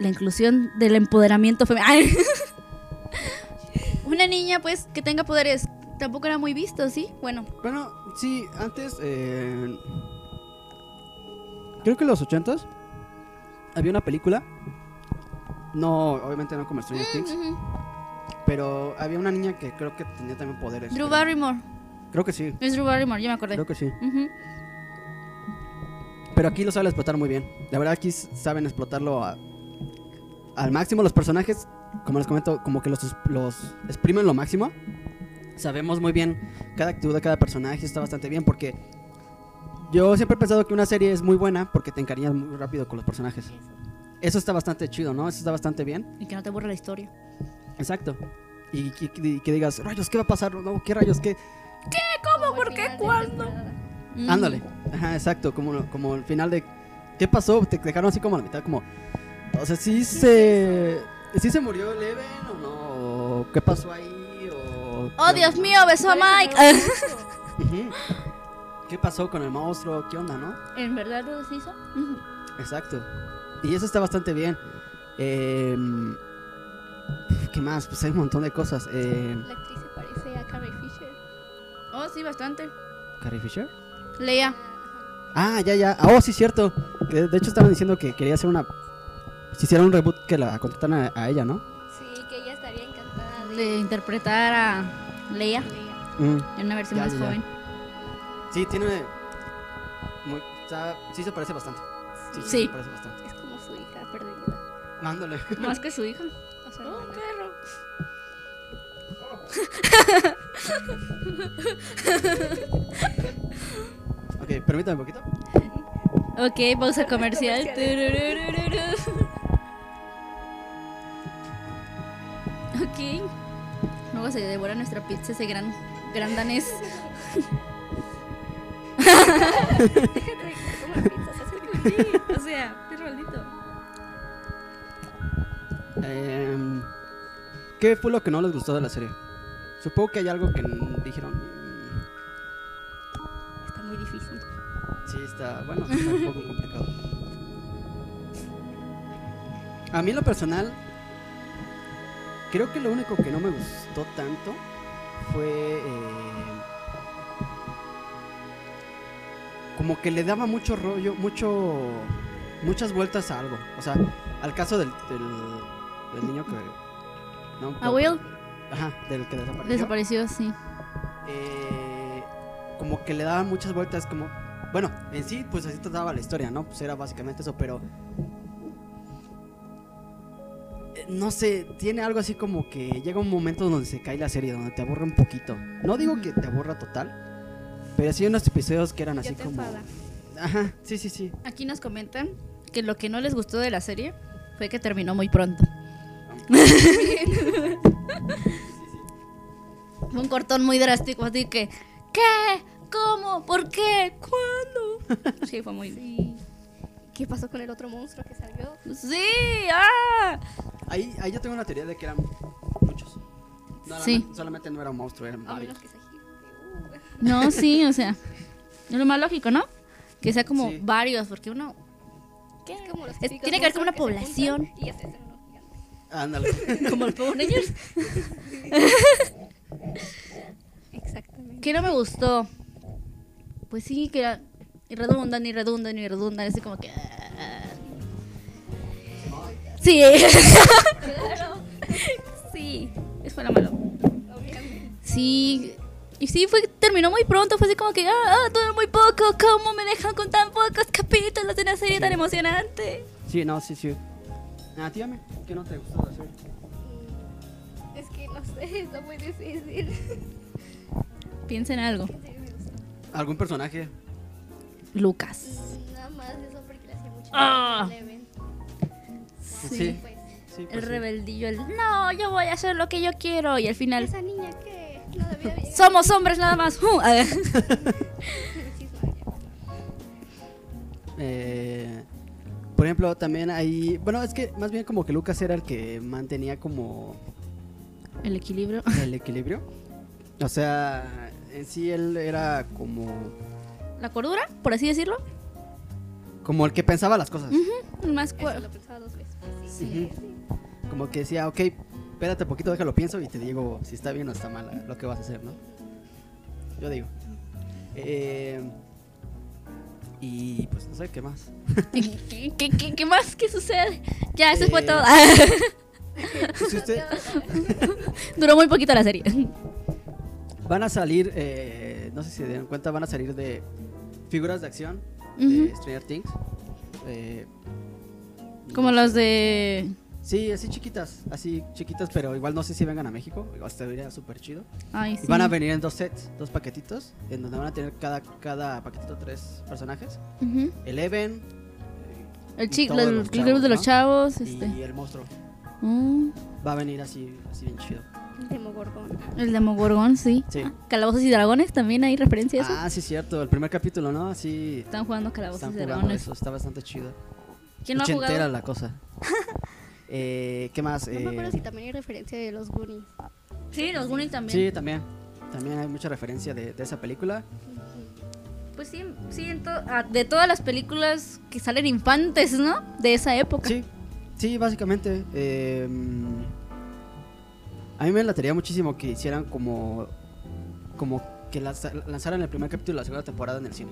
Speaker 3: la inclusión del empoderamiento femenino. Una niña pues que tenga poderes tampoco era muy visto, sí, bueno.
Speaker 2: Bueno, sí, antes. eh, creo que en los 80s había una película. No, obviamente no como
Speaker 3: Mm,
Speaker 2: Stranger Things.
Speaker 3: Ujú.
Speaker 2: Pero había una niña que creo que tenía también poderes.
Speaker 3: Drew
Speaker 2: pero-
Speaker 3: Barrymore.
Speaker 2: Creo que sí,
Speaker 3: Es Drew Barrymore, ya me acordé.
Speaker 2: creo que sí.
Speaker 3: Ujú.
Speaker 2: Pero aquí lo saben explotar muy bien. La verdad, aquí s- saben explotarlo a- al máximo. Los personajes, como les comento, como que los, es- los exprimen lo máximo. Sabemos muy bien cada actitud de cada personaje. Está bastante bien porque yo siempre he pensado que una serie es muy buena porque te encariñas muy rápido con los personajes. Eso está bastante chido, ¿no? Eso está bastante bien.
Speaker 3: Y que no te borra la historia.
Speaker 2: Exacto. Y, que- que- que digas, rayos, ¿qué va a pasar? No, ¿qué rayos? ¿Qué?
Speaker 4: ¿Cómo?
Speaker 3: por qué? ¿Cuándo? Ujú.
Speaker 2: Ándale. Ajá, exacto. Como, como el final de. ¿Qué pasó? Te dejaron así como a la mitad, como. O sea, ¿sí se. ¿Sí se murió Eleven o no? ¿O ¿Qué pasó ahí? O-
Speaker 3: Pues Oh, Dios mío, besó a Mike.
Speaker 2: Ujú. ¿Qué pasó con el monstruo? ¿Qué onda, no?
Speaker 3: ¿En verdad lo deshizo? Ujú.
Speaker 2: Exacto. Y eso está bastante bien. Eh, ¿Qué más? Pues hay un montón de cosas. Eh,
Speaker 4: La actriz se parece a Carrie Fisher.
Speaker 3: Oh, sí, bastante.
Speaker 2: ¿Carrie Fisher?
Speaker 3: Leía.
Speaker 2: Ah, ya, ya. Ah, Oh, sí, cierto. Que de hecho estaban diciendo que quería hacer una... Si hiciera un reboot que la contrataran a, a ella, ¿no?
Speaker 4: Sí, que ella estaría encantada de...
Speaker 3: De interpretar a Leia
Speaker 4: Leia.
Speaker 2: Mm.
Speaker 3: en una versión
Speaker 2: Ya,
Speaker 3: más
Speaker 2: ya, ya.
Speaker 3: joven.
Speaker 2: Sí, tiene... Muy, está- sí se parece bastante. Sí.
Speaker 3: Sí.
Speaker 2: Se parece bastante.
Speaker 4: Es como su hija perdida.
Speaker 2: Mándole.
Speaker 3: Más que su hija.
Speaker 4: O sea,
Speaker 3: Oh, un
Speaker 4: hermana.
Speaker 3: perro.
Speaker 2: Ok, permítame un poquito.
Speaker 3: Ok, pausa comercial. Tururururu. Ok. Luego se devora nuestra pizza ese gran, gran danés.
Speaker 4: Déjate de que coma pizza, se acerca a mí.
Speaker 3: o sea, perro maldito.
Speaker 2: Em, ¿Qué fue lo que no les gustó de la serie? Supongo que hay algo que n- dijeron. mm,
Speaker 3: Está muy difícil.
Speaker 2: Sí, está bueno, está un poco complicado. A mí, en lo personal, creo que lo único que no me gustó tanto fue. eh, como que le daba mucho rollo, mucho. muchas vueltas a algo. O sea, al caso del, del, del niño que. No,
Speaker 3: A Will
Speaker 2: Ajá, del que desapareció.
Speaker 3: desapareció, sí.
Speaker 2: Eh, como que le daban muchas vueltas, como. Bueno, en sí, pues así trataba la historia, ¿no? Pues era básicamente eso, pero. eh, No sé, tiene algo así como que llega un momento donde se cae la serie, donde te aburre un poquito. No digo que te aburra total, pero sí hay unos episodios que eran
Speaker 4: Ya
Speaker 2: así
Speaker 4: te
Speaker 2: como.
Speaker 4: enfada.
Speaker 2: Ajá, sí, sí, sí.
Speaker 3: Aquí nos comentan que lo que no les gustó de la serie fue que terminó muy pronto. Fue un cortón muy drástico, así que ¿qué? ¿Cómo? ¿Por qué? ¿Cuándo? Sí, fue muy
Speaker 4: Sí. ¿Qué pasó con el otro monstruo que salió?
Speaker 3: Sí, ah.
Speaker 2: Ahí, ahí yo tengo una teoría de que eran muchos. No,
Speaker 3: Sí.
Speaker 2: solamente- Solamente no era un monstruo, eran
Speaker 4: A
Speaker 2: varios.
Speaker 4: menos que se gire. Uh.
Speaker 3: No, sí, o sea, es lo más lógico, ¿no? Que sea como
Speaker 2: Sí.
Speaker 3: varios, porque uno
Speaker 4: ¿Qué? Es como los
Speaker 3: Es-
Speaker 4: típicos
Speaker 3: tiene que ver con una
Speaker 4: monstruos se
Speaker 3: población.
Speaker 4: juntan Y ya se hacen uno gigante.
Speaker 2: Ándale.
Speaker 3: como el Power Rangers.
Speaker 4: Exactamente.
Speaker 3: ¿Qué no me gustó? Pues sí, que era redundan y redundan y redundan, así como que ah. Sí. Sí, eso fue lo malo.
Speaker 4: Obviamente.
Speaker 3: Sí. Y sí, fue, terminó muy pronto, fue así como que, ah, ah, todo muy poco, ¿cómo me dejan con tan pocos capítulos de una serie tan emocionante?
Speaker 2: Sí, no, sí, sí. Ah, dígame, ¿qué no te gustó de la serie?
Speaker 4: Mm, Es que no sé, está muy difícil.
Speaker 3: Piensa en algo.
Speaker 4: En serio me gustó.
Speaker 2: ¿Algún personaje?
Speaker 3: Lucas.
Speaker 4: Mm, Nada más eso porque le hacía mucho
Speaker 3: Ah.
Speaker 4: Eleven.
Speaker 2: Sí.
Speaker 4: Pues,
Speaker 2: Sí,
Speaker 3: El
Speaker 2: pues sí.
Speaker 3: rebeldillo, el, no, yo voy a hacer lo que yo quiero. Y al final,
Speaker 4: esa niña que no debía haber llegado.
Speaker 3: somos hombres nada más. ¡uh! A ver.
Speaker 4: Muchísimo, ya.
Speaker 2: Eh, por ejemplo, también ahí. Bueno, es que más bien como que Lucas era el que mantenía como
Speaker 3: El equilibrio.
Speaker 2: el equilibrio. O sea, en sí él era como.
Speaker 3: La cordura, por así decirlo.
Speaker 2: Como el que pensaba las cosas.
Speaker 3: El más cu-
Speaker 4: Eso lo pensaba dos veces. pues Sí,
Speaker 2: Ujú. Como que decía, ok, espérate poquito, déjalo pienso y te digo si está bien o está mal lo que vas a hacer, ¿no? Yo digo. Eh, y pues no sé qué más.
Speaker 3: ¿Qué, qué, qué- qué más que sucede? Ya, eso fue
Speaker 2: Eh.
Speaker 3: todo.
Speaker 2: Pues Si usted,
Speaker 3: Duró muy poquito la serie.
Speaker 2: Van a salir, eh, no sé si se dieron cuenta, van a salir de figuras de acción de
Speaker 3: Ujú.
Speaker 2: Stranger Things. Eh,
Speaker 3: Como los de.
Speaker 2: Sí, así chiquitas, así chiquitas, pero igual no sé si vengan a México, igual estaría súper chido.
Speaker 3: Ay, sí.
Speaker 2: Y van a venir en dos sets, dos paquetitos, en donde van a tener cada, cada paquetito tres personajes.
Speaker 3: Ujú.
Speaker 2: Eleven
Speaker 3: El chico,
Speaker 2: Todos
Speaker 3: el
Speaker 2: los
Speaker 3: el club de los chavos. Este.
Speaker 2: y el monstruo.
Speaker 3: Mm,
Speaker 2: Va a venir así, así bien chido.
Speaker 4: Demogorgon.
Speaker 3: el Demogorgón, sí.
Speaker 2: Sí.
Speaker 3: Ah, Calabozos y dragones, también hay referencia a eso.
Speaker 2: Ah, sí, cierto, el primer capítulo, ¿no? Así
Speaker 3: Están jugando calabozos
Speaker 2: están
Speaker 3: y
Speaker 2: jugando
Speaker 3: dragones.
Speaker 2: eso, está bastante chido.
Speaker 3: ¿Quién lo ha
Speaker 2: Ochentera
Speaker 3: jugado?
Speaker 2: la cosa. Eh, ¿Qué más?
Speaker 4: No me acuerdo
Speaker 2: Eh,
Speaker 4: si también hay referencia de los Goonies.
Speaker 3: Sí, los Goonies también.
Speaker 2: Sí, también. También hay mucha referencia de, de esa película.
Speaker 3: Pues pues sí, sí en to- ah, de todas las películas que salen infantes, ¿no? De esa época.
Speaker 2: Sí, sí, básicamente. eh, a mí me latería muchísimo que hicieran como. Como que lanza- lanzaran el primer capítulo de la segunda temporada en el cine.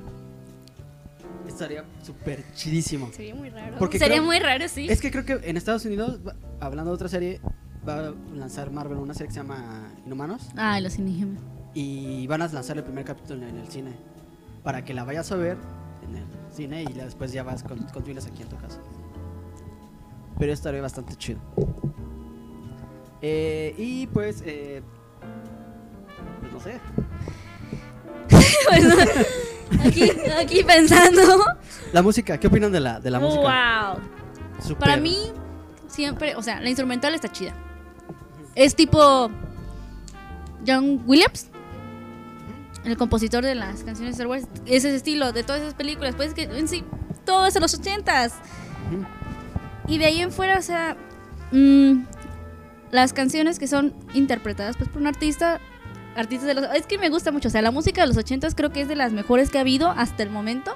Speaker 2: Estaría súper chidísimo.
Speaker 4: Sería muy raro.
Speaker 2: Porque
Speaker 3: Sería
Speaker 2: creo-
Speaker 3: muy raro, sí.
Speaker 2: Es que creo que en Estados Unidos, va- hablando de otra serie, va a lanzar Marvel una serie que se llama Inhumanos.
Speaker 3: Ah, los indígenas.
Speaker 2: Y van a lanzar el primer capítulo en el cine. Para que la vayas a ver en el cine y la- después ya vas con, continuas aquí en tu casa. Pero estaría bastante chido. Eh, y pues, eh, pues no sé.
Speaker 3: Bueno, aquí, aquí pensando.
Speaker 2: La música, ¿qué opinan de la, de la música?
Speaker 3: Wow.
Speaker 2: Súper-
Speaker 3: Para mí, siempre, o sea, la instrumental está chida. Es tipo John Williams, el compositor de las canciones de Star Wars. Es ese estilo de todas esas películas. Pues es que en sí, todo es de los ochentas.
Speaker 2: Ujú.
Speaker 3: Y de ahí en fuera, o sea, mm, las canciones que son interpretadas pues, por un artista, artistas de los... Es que me gusta mucho, o sea, la música de los ochentas creo que es de las mejores que ha habido hasta el momento.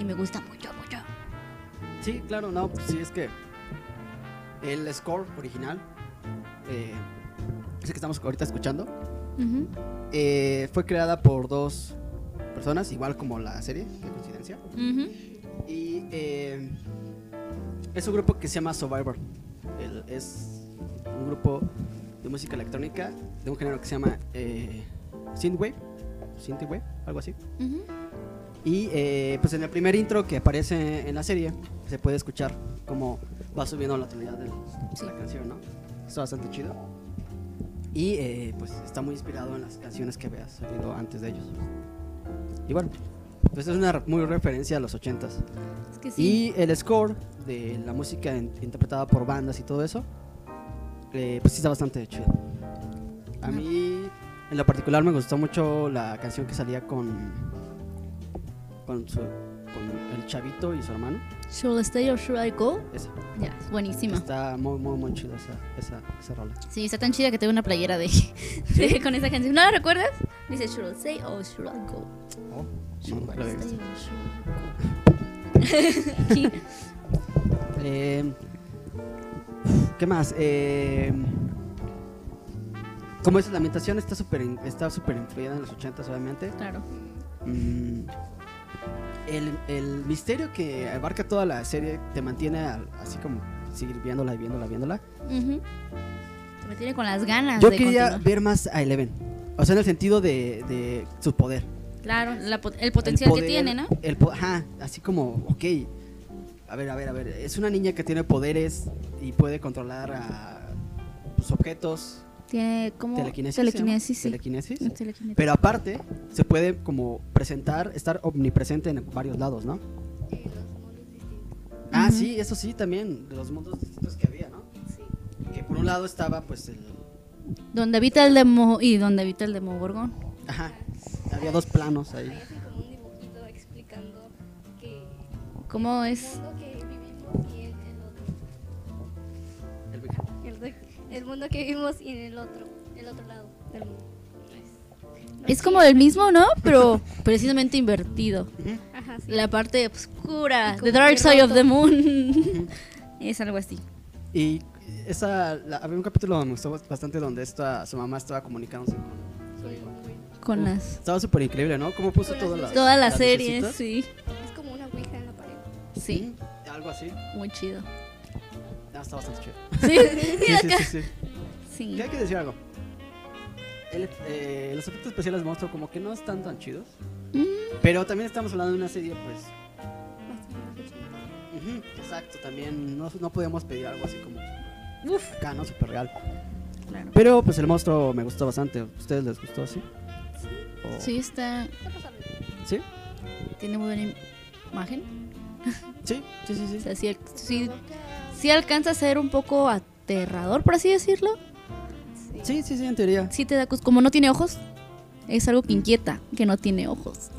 Speaker 3: Y me gusta mucho, mucho.
Speaker 2: Sí, claro, no, pues sí, es que el score original, eh, ese que estamos ahorita escuchando,
Speaker 3: Ujú.
Speaker 2: eh, fue creada por dos personas, igual como la serie, qué coincidencia.
Speaker 3: Ujú.
Speaker 2: Y eh, es un grupo que se llama Survivor. El- es un grupo de música electrónica de un género que se llama eh, Synthwave, Synthwave, algo así.
Speaker 3: Ujú.
Speaker 2: Y eh, pues en el primer intro que aparece en la serie se puede escuchar cómo va subiendo la tonalidad de, de
Speaker 3: Sí.
Speaker 2: la canción, ¿no? Está bastante chido. Y eh, pues está muy inspirado en las canciones que había salido antes de ellos. Y bueno, pues es una re- muy referencia a los ochentas.
Speaker 3: Es que sí.
Speaker 2: Y el score de la música en- interpretada por bandas y todo eso, eh, pues sí está bastante chido. A mí, en lo particular, me gustó mucho la canción que salía con, con, su- con el chavito y su hermano.
Speaker 3: Should I stay or should I go?
Speaker 2: Esa.
Speaker 3: Ya, es buenísima.
Speaker 2: Está muy, muy, muy chida esa, esa, esa rola.
Speaker 3: Sí, está tan chida que tengo una playera de, de- con esa canción. ¿No la recuerdas? Dice Should I stay or should I go?
Speaker 2: No,
Speaker 3: Should
Speaker 2: no
Speaker 3: I
Speaker 2: la había
Speaker 3: stay
Speaker 2: visto.
Speaker 3: or should I go? Sí.
Speaker 2: Eh, ¿Qué más? Eh, como es la ambientación está súper in- está súper influida en los 80s, obviamente.
Speaker 3: Claro.
Speaker 2: Mm, el, el misterio que abarca toda la serie te mantiene al- así como seguir viéndola y viéndola, viéndola.
Speaker 3: Ujú. Se me tiene con las ganas
Speaker 2: Yo
Speaker 3: de
Speaker 2: quería
Speaker 3: continuar.
Speaker 2: ver más a Eleven. O sea, en el sentido de, de su poder.
Speaker 3: Claro, la pot- el potencial
Speaker 2: El
Speaker 3: que
Speaker 2: poder-
Speaker 3: tiene, ¿no?
Speaker 2: el po- ajá, así como, ok. A ver, a ver, a ver. Es una niña que tiene poderes y puede controlar a sus objetos.
Speaker 3: Tiene como...
Speaker 2: Telequinesis. se llama?
Speaker 3: Telequinesis, sí.
Speaker 2: Telequinesis.
Speaker 3: Telequinesis.
Speaker 2: Pero aparte, se puede como presentar, estar omnipresente en varios lados, ¿no?
Speaker 4: En eh, los mundos distintos.
Speaker 2: Ah,
Speaker 3: Ujú.
Speaker 2: sí, eso sí, también, de los mundos distintos que había, ¿no? Que por un lado estaba, pues, el...
Speaker 3: Donde habita el demo... Y donde habita el demogorgón.
Speaker 2: Ajá, había dos planos ahí.
Speaker 4: Ahí hacen como un dibujito explicando que el
Speaker 3: ¿Cómo es?
Speaker 4: mundo que vivimos y en el otro.
Speaker 2: El-
Speaker 4: El, de- el mundo que vivimos y en el otro. El otro lado del mundo. No
Speaker 3: Es como el mismo, ¿no? Pero precisamente invertido.
Speaker 2: Ujú.
Speaker 4: Ajá, sí.
Speaker 3: La parte oscura,
Speaker 4: Y
Speaker 3: The
Speaker 4: como
Speaker 3: Dark
Speaker 4: que
Speaker 3: Side of
Speaker 4: roto.
Speaker 3: the Moon. es algo así.
Speaker 2: Y esa, la- había un capítulo donde me gustó bastante donde esta, su mamá estaba comunicándose con su
Speaker 4: Muy-
Speaker 2: hijo.
Speaker 4: muy-
Speaker 3: Con las.
Speaker 2: Estaba súper increíble, ¿no? Cómo puso
Speaker 4: Con
Speaker 2: todas
Speaker 4: las-
Speaker 2: las...
Speaker 3: Toda la
Speaker 2: las
Speaker 3: serie,
Speaker 2: lucecitas.
Speaker 3: sí.
Speaker 4: Es como una ouija en la pared.
Speaker 3: Sí,
Speaker 2: Ujú, Algo así.
Speaker 3: muy chido.
Speaker 2: Ah, está bastante chido.
Speaker 3: Sí,
Speaker 2: Sí, sí, sí, sí.
Speaker 3: sí.
Speaker 2: Y hay que decir algo. El- eh, los efectos especiales de Monstruo como que no están tan chidos.
Speaker 3: Mm,
Speaker 2: Pero también estamos hablando de una serie, pues,
Speaker 4: Más o menos ochenta.
Speaker 2: Ujú, exacto, también no, no podíamos pedir algo así como
Speaker 3: Uf,
Speaker 2: acá, ¿no? Super real.
Speaker 3: claro.
Speaker 2: Pero pues el monstruo me gustó bastante. ¿Ustedes les gustó así? Oh.
Speaker 3: Sí, está.
Speaker 4: Está pasable.
Speaker 2: ¿Sí?
Speaker 3: Tiene muy buena im- imagen.
Speaker 2: Sí, sí, sí.
Speaker 3: O
Speaker 2: sí.
Speaker 3: sea, sí, al- sí-
Speaker 4: Provoca-
Speaker 3: sí alcanza a ser un poco aterrador, por así decirlo.
Speaker 4: sí.
Speaker 2: Sí, sí, sí, en teoría.
Speaker 3: Sí, te da. cus- Como no tiene ojos, es algo que inquieta que no tiene ojos.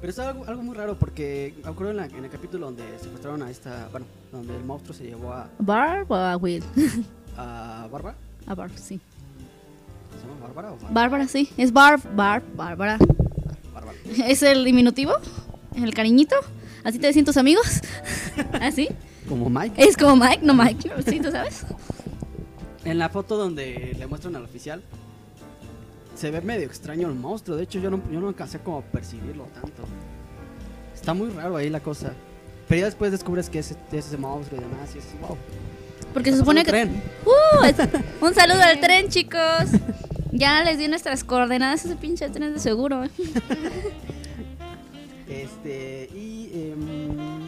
Speaker 2: Pero es algo, algo muy raro porque me acuerdo en, la- en el capítulo donde secuestraron a esta. Bueno, donde el monstruo se llevó a,
Speaker 3: ¿Barb o a Will?
Speaker 2: a Bárbara.
Speaker 3: A Barb, sí.
Speaker 2: ¿Se llama Bárbara o Bar-
Speaker 3: Bárbara, sí. Es Barb, Barb, Bárbara.
Speaker 2: Bárbara?
Speaker 3: ¿Es el diminutivo? el cariñito, así te decían tus amigos, así.
Speaker 2: Como Mike.
Speaker 3: Es como Mike, no Mike, sí, tú sabes.
Speaker 2: En la foto donde le muestran al oficial, se ve medio extraño el monstruo. De hecho, yo no, yo no alcancé como a percibirlo tanto. Está muy raro ahí la cosa. Pero ya después descubres que es, es ese monstruo y demás. Y es wow.
Speaker 3: Porque se
Speaker 2: Está
Speaker 3: supone que...
Speaker 2: pasando un tren.
Speaker 3: ¡Uh! Es- Un saludo al tren, chicos. Ya les di nuestras coordenadas a ese pinche tren de seguro.
Speaker 2: Este, y em,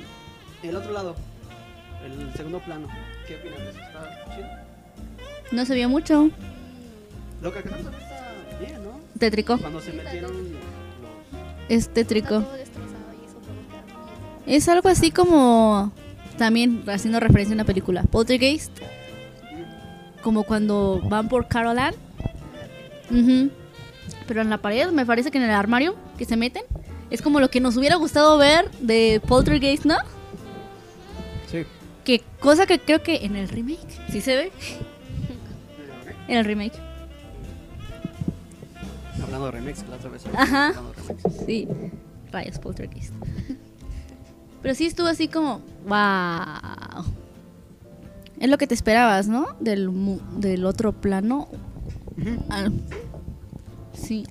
Speaker 2: el otro lado, el segundo plano. ¿Qué opinas de eso? ¿Está chido?
Speaker 3: No se vio mucho.
Speaker 2: Lo que acá está bien, ¿no?
Speaker 3: Tétrico.
Speaker 2: Cuando se metieron los...
Speaker 3: Es
Speaker 4: Está
Speaker 3: tétrico.
Speaker 4: todo destrozado y eso provoca miedo.
Speaker 3: Es algo así como. También haciendo referencia a una película, Poltergeist. Como cuando van por Carolan. Ujú. Pero en la pared, me parece que en el armario que se meten. Es como lo que nos hubiera gustado ver de Poltergeist, ¿no?
Speaker 2: Sí.
Speaker 3: Que cosa que creo que en el remake sí se ve. En el remake.
Speaker 2: Hablando de remix, la otra vez.
Speaker 3: Ajá.
Speaker 2: hablando de remixes.
Speaker 3: Sí, rayos poltergeist. Pero sí estuvo así como, wow. Es lo que te esperabas, ¿no? Del, mu- del otro plano. Al- sí.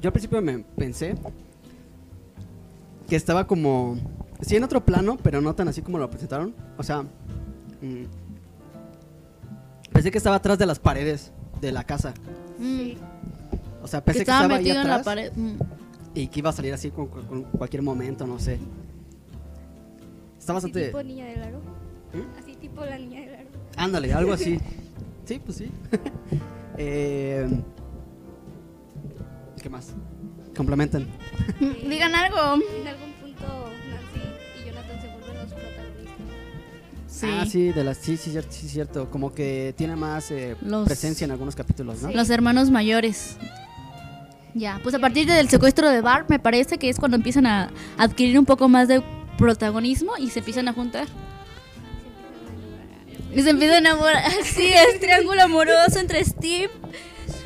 Speaker 2: Yo al principio me pensé que estaba como... Sí, en otro plano, pero no tan así como lo presentaron. O sea... mm, pensé que estaba atrás de las paredes de la casa.
Speaker 3: Mm,
Speaker 2: O sea,
Speaker 3: que
Speaker 2: pensé que
Speaker 3: estaba
Speaker 2: estaba, ahí
Speaker 3: metido en la
Speaker 2: atrás
Speaker 3: pared. mm.
Speaker 2: y que iba a salir así con, con- con cualquier momento, no sé. Está
Speaker 4: Así
Speaker 2: bastante...
Speaker 4: tipo niña del aro.
Speaker 2: ¿Mm?
Speaker 4: Así tipo la niña del aro.
Speaker 2: Ándale, algo así. sí, pues sí. Eh, ¿Qué más? Complementan.
Speaker 3: Mm, Digan algo.
Speaker 4: En algún punto Nancy y Jonathan se vuelven los protagonistas.
Speaker 3: Sí.
Speaker 2: Ah, sí, de las, sí, sí, cierto, sí, cierto. Como que tiene más eh,
Speaker 3: Los-
Speaker 2: presencia en algunos capítulos, ¿no?
Speaker 3: Los hermanos mayores. Ya, pues a partir del secuestro de Bart, me parece que es cuando empiezan a adquirir un poco más de protagonismo y se empiezan a juntar.
Speaker 4: Se empiezan a enamorar.
Speaker 3: Y se empieza a enamorar. Sí, es triángulo amoroso entre Steve,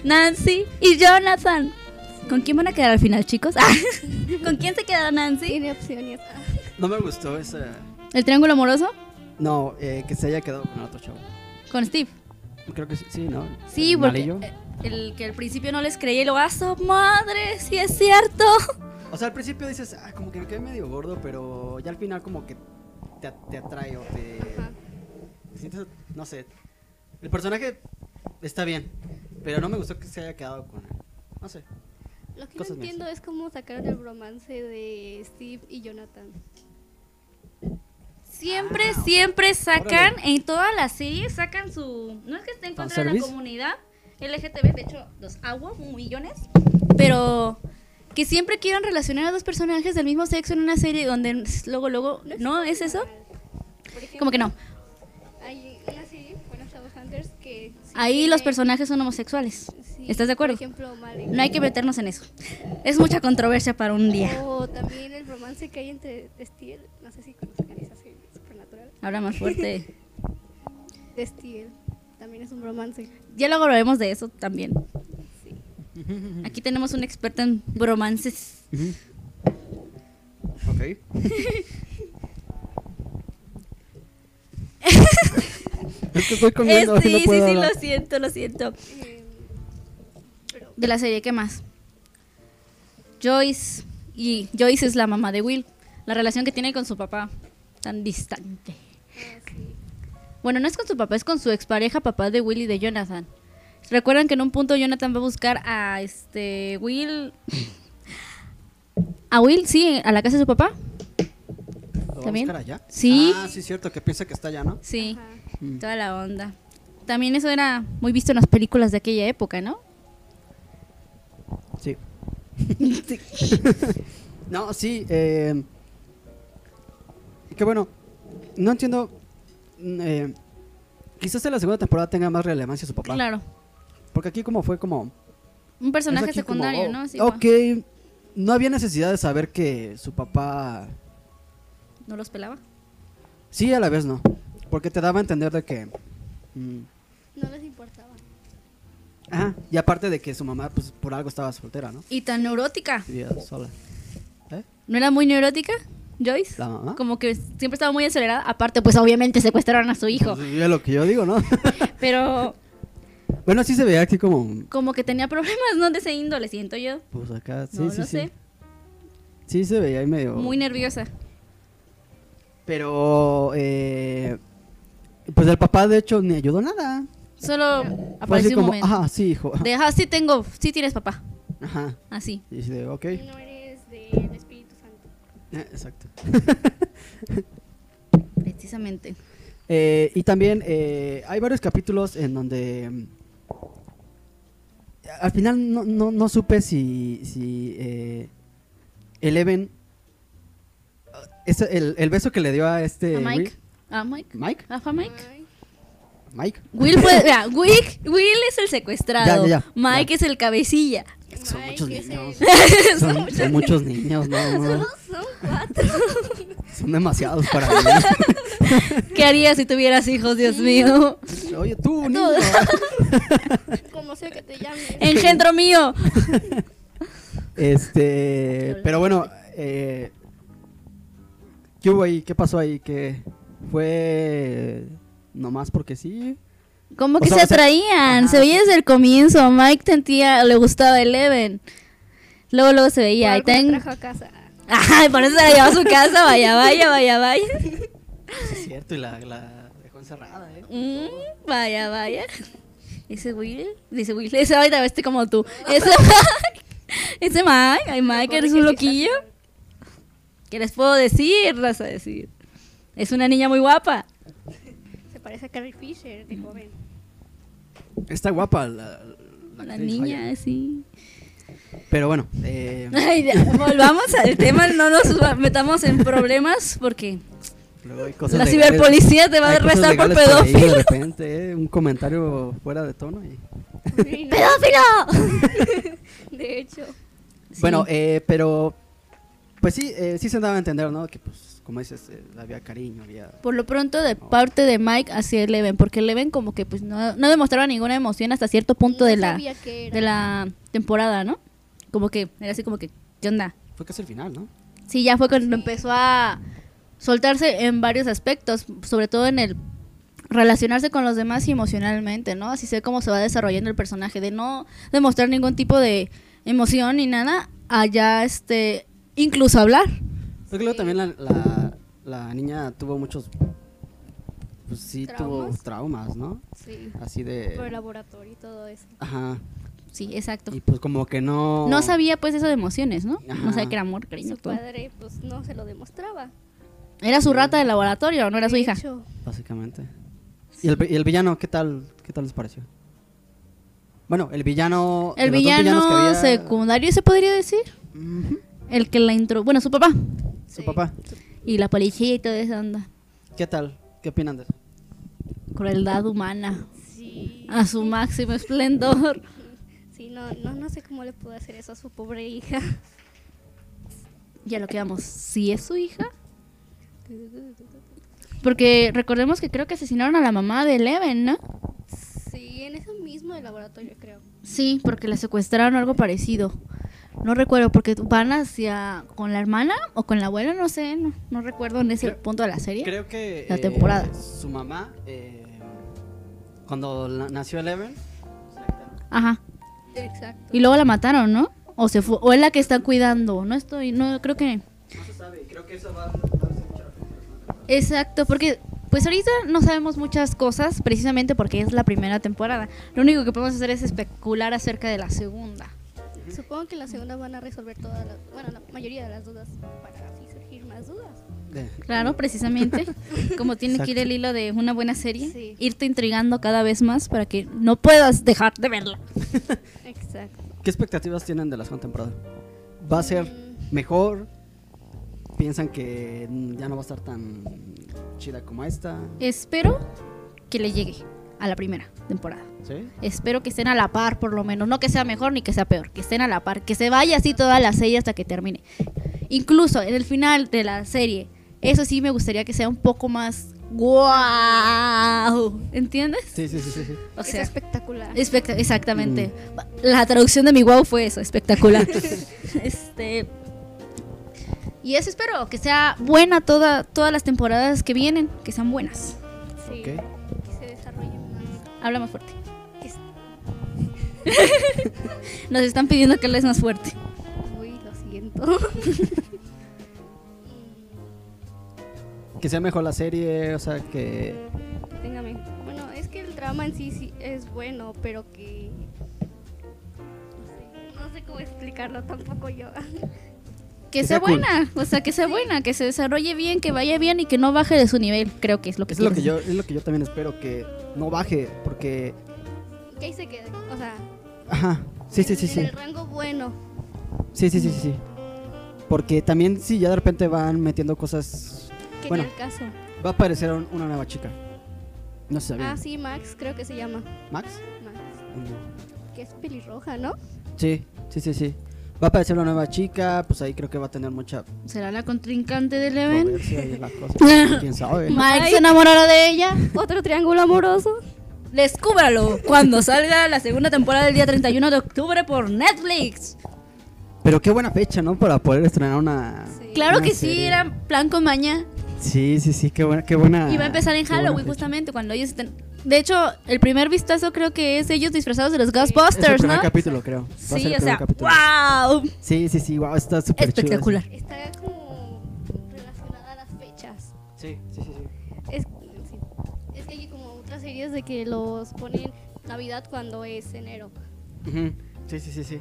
Speaker 3: Nancy y Jonathan. ¿Con quién van a quedar al final, chicos? Ah, ¿Con quién se queda Nancy?
Speaker 4: Tiene opciones. Ah,
Speaker 2: No me gustó esa...
Speaker 3: ¿El triángulo amoroso?
Speaker 2: No, eh, que se haya quedado con el otro chavo.
Speaker 3: Con Steve.
Speaker 2: Creo que sí, sí, ¿no?
Speaker 3: Sí,
Speaker 2: El
Speaker 3: porque
Speaker 2: malillo.
Speaker 3: eh, el que al principio no les creía y lo aso, madre, sí es cierto.
Speaker 2: O sea, al principio dices, ah, como que me quedé medio gordo, pero ya al final como que te, a- te atrae o te...
Speaker 4: Ajá.
Speaker 2: te sientes- no sé. El personaje está bien, pero no me gustó que se haya quedado con él. No sé.
Speaker 4: Lo que
Speaker 2: Cosas
Speaker 4: no
Speaker 2: me
Speaker 4: entiendo es cómo sacaron el romance de Steve y Jonathan.
Speaker 3: Siempre,
Speaker 2: Ah,
Speaker 3: siempre sacan,
Speaker 2: Órale.
Speaker 3: en todas las series sacan su... No es que esté en contra de la
Speaker 2: Fanservice.
Speaker 3: comunidad LGTB, de hecho, los agua, millones, pero que siempre quieran relacionar a dos personajes del mismo sexo en una serie donde luego, luego, ¿no? ¿Es eso?
Speaker 4: Por ejemplo,
Speaker 3: Como que no.
Speaker 4: Hay una serie, bueno, Shadowhunters, que... sí
Speaker 3: Ahí
Speaker 4: tiene-
Speaker 3: los personajes son homosexuales.
Speaker 4: sí,
Speaker 3: ¿Estás de acuerdo?
Speaker 4: Por ejemplo, Malik.
Speaker 3: No hay que meternos en eso. Es mucha controversia para un día.
Speaker 4: O también el romance que hay entre Steel, no sé si conocen esa serie supernatural.
Speaker 3: Habla más fuerte.
Speaker 4: De Steel, también es un romance.
Speaker 3: Ya luego hablaremos de eso también.
Speaker 4: Sí.
Speaker 3: Aquí tenemos un experto en bromances.
Speaker 2: Ok. es que estoy
Speaker 3: Eh,
Speaker 2: comiendo,
Speaker 3: sí,
Speaker 2: no puedo
Speaker 3: sí, sí,
Speaker 2: hablar.
Speaker 3: lo siento, lo siento.
Speaker 4: Eh, pero
Speaker 3: De la serie, ¿qué más? Joyce. Y Joyce es la mamá de Will. La relación que tiene con su papá. Tan distante.
Speaker 4: ah, sí.
Speaker 3: Bueno, no es con su papá, es con su expareja, papá de Will y de Jonathan. Recuerdan que en un punto Jonathan va a buscar a este Will. A Will, sí, a la casa de su papá.
Speaker 2: ¿Lo va a
Speaker 3: ¿También?
Speaker 2: buscar allá?
Speaker 3: Sí.
Speaker 2: Ah, sí, cierto, que piensa que está allá, ¿no?
Speaker 3: Sí,
Speaker 4: Ajá.
Speaker 2: Mm.
Speaker 3: toda la onda. También eso era muy visto en las películas de aquella época, ¿no?
Speaker 2: Sí. no, sí. Eh, que bueno, no entiendo. mm, eh, quizás en la segunda temporada tenga más relevancia su papá.
Speaker 3: Claro.
Speaker 2: Porque aquí como fue como...
Speaker 3: Un personaje
Speaker 2: es aquí como,
Speaker 3: secundario,
Speaker 2: oh,
Speaker 3: ¿no? Sí,
Speaker 2: ok, no había necesidad de saber que su papá...
Speaker 3: No los pelaba.
Speaker 2: Sí, a la vez no. Porque te daba a entender de que... mm,
Speaker 4: No les importaba.
Speaker 2: ajá. Y aparte de que su mamá, pues por algo estaba soltera, ¿no?
Speaker 3: Y tan neurótica.
Speaker 2: Vivía sola. ¿Eh?
Speaker 3: ¿No era muy neurótica, Joyce?
Speaker 2: ¿La mamá?
Speaker 3: Como que siempre estaba muy acelerada. Aparte, pues obviamente secuestraron a su hijo.
Speaker 2: Pues, es lo que yo digo, ¿no?
Speaker 3: Pero
Speaker 2: bueno, sí se veía aquí como.
Speaker 3: como que tenía problemas, ¿no? De ese índole, siento yo.
Speaker 2: Pues acá, sí,
Speaker 3: No,
Speaker 2: sí,
Speaker 3: no
Speaker 2: sí.
Speaker 3: sé.
Speaker 2: Sí se veía ahí medio.
Speaker 3: Muy nerviosa.
Speaker 2: Pero. Eh, pues el papá, de hecho, ni ayudó nada.
Speaker 3: Solo
Speaker 2: Fue así
Speaker 3: apareció un
Speaker 2: como,
Speaker 3: momento.
Speaker 2: ajá, sí, hijo.
Speaker 3: De, ah, sí tengo, sí tienes papá.
Speaker 2: Ajá.
Speaker 3: Así.
Speaker 2: Y dice, ok.
Speaker 4: No eres del Espíritu Santo.
Speaker 2: Eh, Exacto.
Speaker 3: Precisamente.
Speaker 2: Eh, y también eh, hay varios capítulos en donde mm, al final no, no, no supe si, si eh, Eleven ah, ese- el, el beso que le dio a este
Speaker 3: ¿A Mike?
Speaker 2: Will-
Speaker 3: ¿A Mike?
Speaker 2: Mike
Speaker 3: ¿A fa Mike?
Speaker 4: Ay,
Speaker 2: Mike
Speaker 3: Will fue, vea, Will, Will es el secuestrado.
Speaker 2: Ya, ya, ya.
Speaker 3: Mike
Speaker 2: Ya.
Speaker 3: es el cabecilla.
Speaker 2: son
Speaker 4: Mike
Speaker 2: muchos
Speaker 4: es el-
Speaker 2: niños son, son muchos niños no, no, no.
Speaker 4: Solo son cuatro.
Speaker 2: son demasiados para mí
Speaker 3: ¿Qué harías si tuvieras hijos, Dios mío?
Speaker 2: oye tú niño
Speaker 4: Como sea que te llames.
Speaker 3: Engendro mío.
Speaker 2: Este, pero bueno, eh, ¿qué hubo ahí? ¿Qué pasó ahí? ¿Qué fue nomás porque sí?
Speaker 3: ¿Cómo
Speaker 2: O
Speaker 3: que
Speaker 2: sea,
Speaker 3: se
Speaker 2: o sea-
Speaker 3: atraían?
Speaker 2: Ajá,
Speaker 3: se veía desde el comienzo. Mike sentía, le gustaba Eleven. Luego, luego se
Speaker 4: Por
Speaker 3: veía. Y
Speaker 4: algo me
Speaker 3: ten...
Speaker 4: trajo a casa.
Speaker 3: Ajá, y por eso se la llevó a su casa. Vaya, vaya, vaya, vaya.
Speaker 2: Es cierto, y la, la dejó encerrada, ¿eh?
Speaker 3: Mm, vaya, vaya. Ese Will, dice Will, ese ahorita viste como tú. Ese Mike, ese Mike, ay Mike, eres un loquillo. ¿Qué les puedo decir? Vas a decir. Es una niña muy guapa.
Speaker 4: Se parece a Carrie Fisher
Speaker 3: Mm.
Speaker 4: de joven.
Speaker 2: Está guapa la, la
Speaker 3: La
Speaker 2: actriz,
Speaker 3: niña, eh.
Speaker 2: vaya.
Speaker 3: sí.
Speaker 2: Pero bueno, eh,
Speaker 3: Ay, ya, volvamos al tema, no nos va- metamos en problemas porque
Speaker 2: luego hay cosas
Speaker 3: la
Speaker 2: legales-
Speaker 3: ciberpolicía te va a
Speaker 2: hay cosas
Speaker 3: arrestar por
Speaker 2: legales por ahí,
Speaker 3: pedófilo.
Speaker 2: de repente, ¿eh? un comentario fuera de tono y...
Speaker 4: Sí, ¿no?
Speaker 3: ¡Pedófilo!
Speaker 4: De hecho,
Speaker 3: Sí.
Speaker 2: Bueno, eh, pero pues sí, eh, sí se daba a entender, ¿no? Que pues, como dices, eh, había cariño, había...
Speaker 3: Por lo pronto de parte de Mike hacia Eleven, porque Eleven como que pues no, no demostraba ninguna emoción hasta cierto punto
Speaker 4: no
Speaker 3: de la
Speaker 4: sabía qué era.
Speaker 3: de la temporada, ¿no? Como que era así como que ¿qué onda?
Speaker 2: Fue casi el final, ¿no?
Speaker 3: Sí, ya fue cuando empezó a soltarse en varios aspectos, sobre todo en el relacionarse con los demás y emocionalmente, ¿no? Así sé cómo se va desarrollando el personaje de no demostrar ningún tipo de emoción ni nada, allá este incluso hablar.
Speaker 2: Creo que luego también la, la, la niña tuvo muchos. Pues sí, tuvo
Speaker 4: Traumas.
Speaker 2: traumas, ¿no?
Speaker 4: Sí.
Speaker 2: Así
Speaker 4: Por el
Speaker 2: de.
Speaker 4: laboratorio y todo eso.
Speaker 2: Ajá.
Speaker 3: Sí, exacto.
Speaker 2: Y pues como que no.
Speaker 3: No sabía pues eso de emociones, ¿no? No
Speaker 2: Ajá.
Speaker 3: sabía que era amor, cariño,
Speaker 4: Su
Speaker 3: todo.
Speaker 4: padre, pues no se lo demostraba.
Speaker 3: Era su rata de laboratorio, no era su
Speaker 4: De
Speaker 3: hija.
Speaker 4: hecho,
Speaker 2: Básicamente. ¿Y el, vi- y el villano, ¿qué tal, qué tal les pareció? Bueno, el villano.
Speaker 3: El
Speaker 2: de los dos villanos que
Speaker 3: villano
Speaker 2: había-
Speaker 3: secundario se podría decir,
Speaker 2: Ujú,
Speaker 3: el que la intro, bueno, su papá
Speaker 2: Su
Speaker 4: Sí.
Speaker 2: papá.
Speaker 3: y la policía y toda esa onda,
Speaker 2: ¿Qué tal? ¿Qué opinan de eso?
Speaker 3: crueldad humana
Speaker 4: sí.
Speaker 3: a su máximo esplendor.
Speaker 4: Sí, no, no, no sé cómo le pudo hacer eso a su pobre hija.
Speaker 3: Ya lo que vamos, si es su hija, porque recordemos que creo que asesinaron a la mamá de Eleven, ¿no?
Speaker 4: Sí, en eso mismo del laboratorio, creo.
Speaker 3: Sí, porque la secuestraron o algo parecido. No recuerdo, porque van hacia con la hermana o con la abuela, no sé, no, no recuerdo en ese
Speaker 2: Creo-
Speaker 3: punto de la serie.
Speaker 2: Creo que.
Speaker 3: La
Speaker 2: eh,
Speaker 3: temporada.
Speaker 2: Su mamá, eh, cuando la- nació Eleven.
Speaker 3: Ajá.
Speaker 4: Exacto.
Speaker 3: Y luego la mataron, ¿no? O se fue, o es la que está cuidando, no estoy, no creo que
Speaker 2: No se sabe, creo que eso va a
Speaker 3: Exacto, porque pues ahorita no sabemos muchas cosas precisamente porque es la primera temporada. Lo único que podemos hacer es especular acerca de la segunda.
Speaker 4: Supongo que en la segunda van a resolver todas las, bueno, la mayoría de las dudas para así surgir más dudas.
Speaker 3: Claro, precisamente, como tiene que ir
Speaker 2: Exacto.
Speaker 3: el hilo de una buena serie,
Speaker 4: Sí.
Speaker 3: irte intrigando cada vez más para que no puedas dejar de verla.
Speaker 4: Exacto.
Speaker 2: ¿Qué expectativas tienen de la segunda temporada? ¿Va a ser
Speaker 3: Mm.
Speaker 2: mejor? ¿Piensan que mm, ya no va a estar tan chida como esta?
Speaker 3: Espero que le llegue a la primera temporada.
Speaker 2: ¿Sí?
Speaker 3: Espero que estén a la par, por lo menos. No que sea mejor ni que sea peor. Que estén a la par. Que se vaya así toda la serie hasta que termine. Incluso en el final de la serie. Eso sí me gustaría que sea un poco más wow. ¿Entiendes?
Speaker 2: Sí, sí, sí, sí.
Speaker 3: O
Speaker 4: es
Speaker 3: sea,
Speaker 4: espectacular.
Speaker 3: especta- exactamente. La traducción de mi wow fue eso, espectacular. este. Y eso espero, que sea buena toda, todas las temporadas que vienen, que sean buenas.
Speaker 4: Sí, que se desarrolle más.
Speaker 3: Habla más fuerte.
Speaker 4: Que es-
Speaker 3: Nos están pidiendo que hables más fuerte.
Speaker 4: Uy, lo siento.
Speaker 2: Que sea mejor la serie, o sea, que...
Speaker 4: Téngame. Bueno, es que el drama en sí, sí es bueno, pero que. No sé, no sé cómo explicarlo tampoco yo.
Speaker 3: Que
Speaker 2: Que
Speaker 3: sea
Speaker 2: sea cool.
Speaker 3: buena, o sea, que sea buena, que se desarrolle bien, que vaya bien y que no baje de su nivel, creo que es lo que
Speaker 2: Es lo que
Speaker 3: quieren.
Speaker 2: yo, es lo que yo también espero, que no baje, porque...
Speaker 4: que ahí se quede. O sea,
Speaker 2: Ajá, sí, sí, sí,
Speaker 4: en
Speaker 2: sí.
Speaker 4: el rango bueno.
Speaker 2: Sí, sí, sí, sí, sí. Porque también si ya de repente van metiendo cosas...
Speaker 4: Que
Speaker 2: Bueno.
Speaker 4: ni el caso.
Speaker 2: Va a aparecer un- una nueva chica. No se sabía.
Speaker 4: Ah, sí, Max, creo que se llama.
Speaker 2: ¿Max?
Speaker 4: Max.
Speaker 2: No.
Speaker 4: Que es pelirroja, ¿no?
Speaker 2: Sí, sí, sí, sí. Va a aparecer una nueva chica, pues ahí creo que va a tener mucha
Speaker 3: ¿Será la contrincante de Eleven?
Speaker 2: controversia y la cosa. pues, ¿Quién sabe?
Speaker 3: ¿Mike se enamorará de ella?
Speaker 4: Otro triángulo amoroso.
Speaker 3: Descúbralo cuando salga la segunda temporada del día 31 de octubre por Netflix.
Speaker 2: Pero qué buena fecha, ¿no? Para poder estrenar una...
Speaker 4: Sí.
Speaker 3: Claro
Speaker 2: Una
Speaker 3: que sí,
Speaker 2: serie.
Speaker 3: era plan con maña.
Speaker 2: Sí, sí, sí, qué buena, qué buena...
Speaker 3: Y va a empezar en
Speaker 2: Ah, qué buena
Speaker 3: Halloween
Speaker 2: fecha.
Speaker 3: justamente cuando ellos estén... De hecho, el primer vistazo creo que es ellos disfrazados de los
Speaker 2: Es el
Speaker 3: Ghostbusters,
Speaker 2: primer
Speaker 3: ¿no?
Speaker 2: capítulo, creo. Va a
Speaker 3: Sí,
Speaker 2: ser el
Speaker 3: o
Speaker 2: primer
Speaker 3: sea,
Speaker 2: capítulo.
Speaker 3: wow,
Speaker 2: Sí, sí, sí, wow, está súper
Speaker 3: espectacular.
Speaker 4: Está como relacionada a las fechas.
Speaker 2: Sí, sí, sí.
Speaker 4: Es, sí. es que hay como otras series de que los ponen Navidad cuando es enero.
Speaker 2: Sí, sí, sí, sí, sí.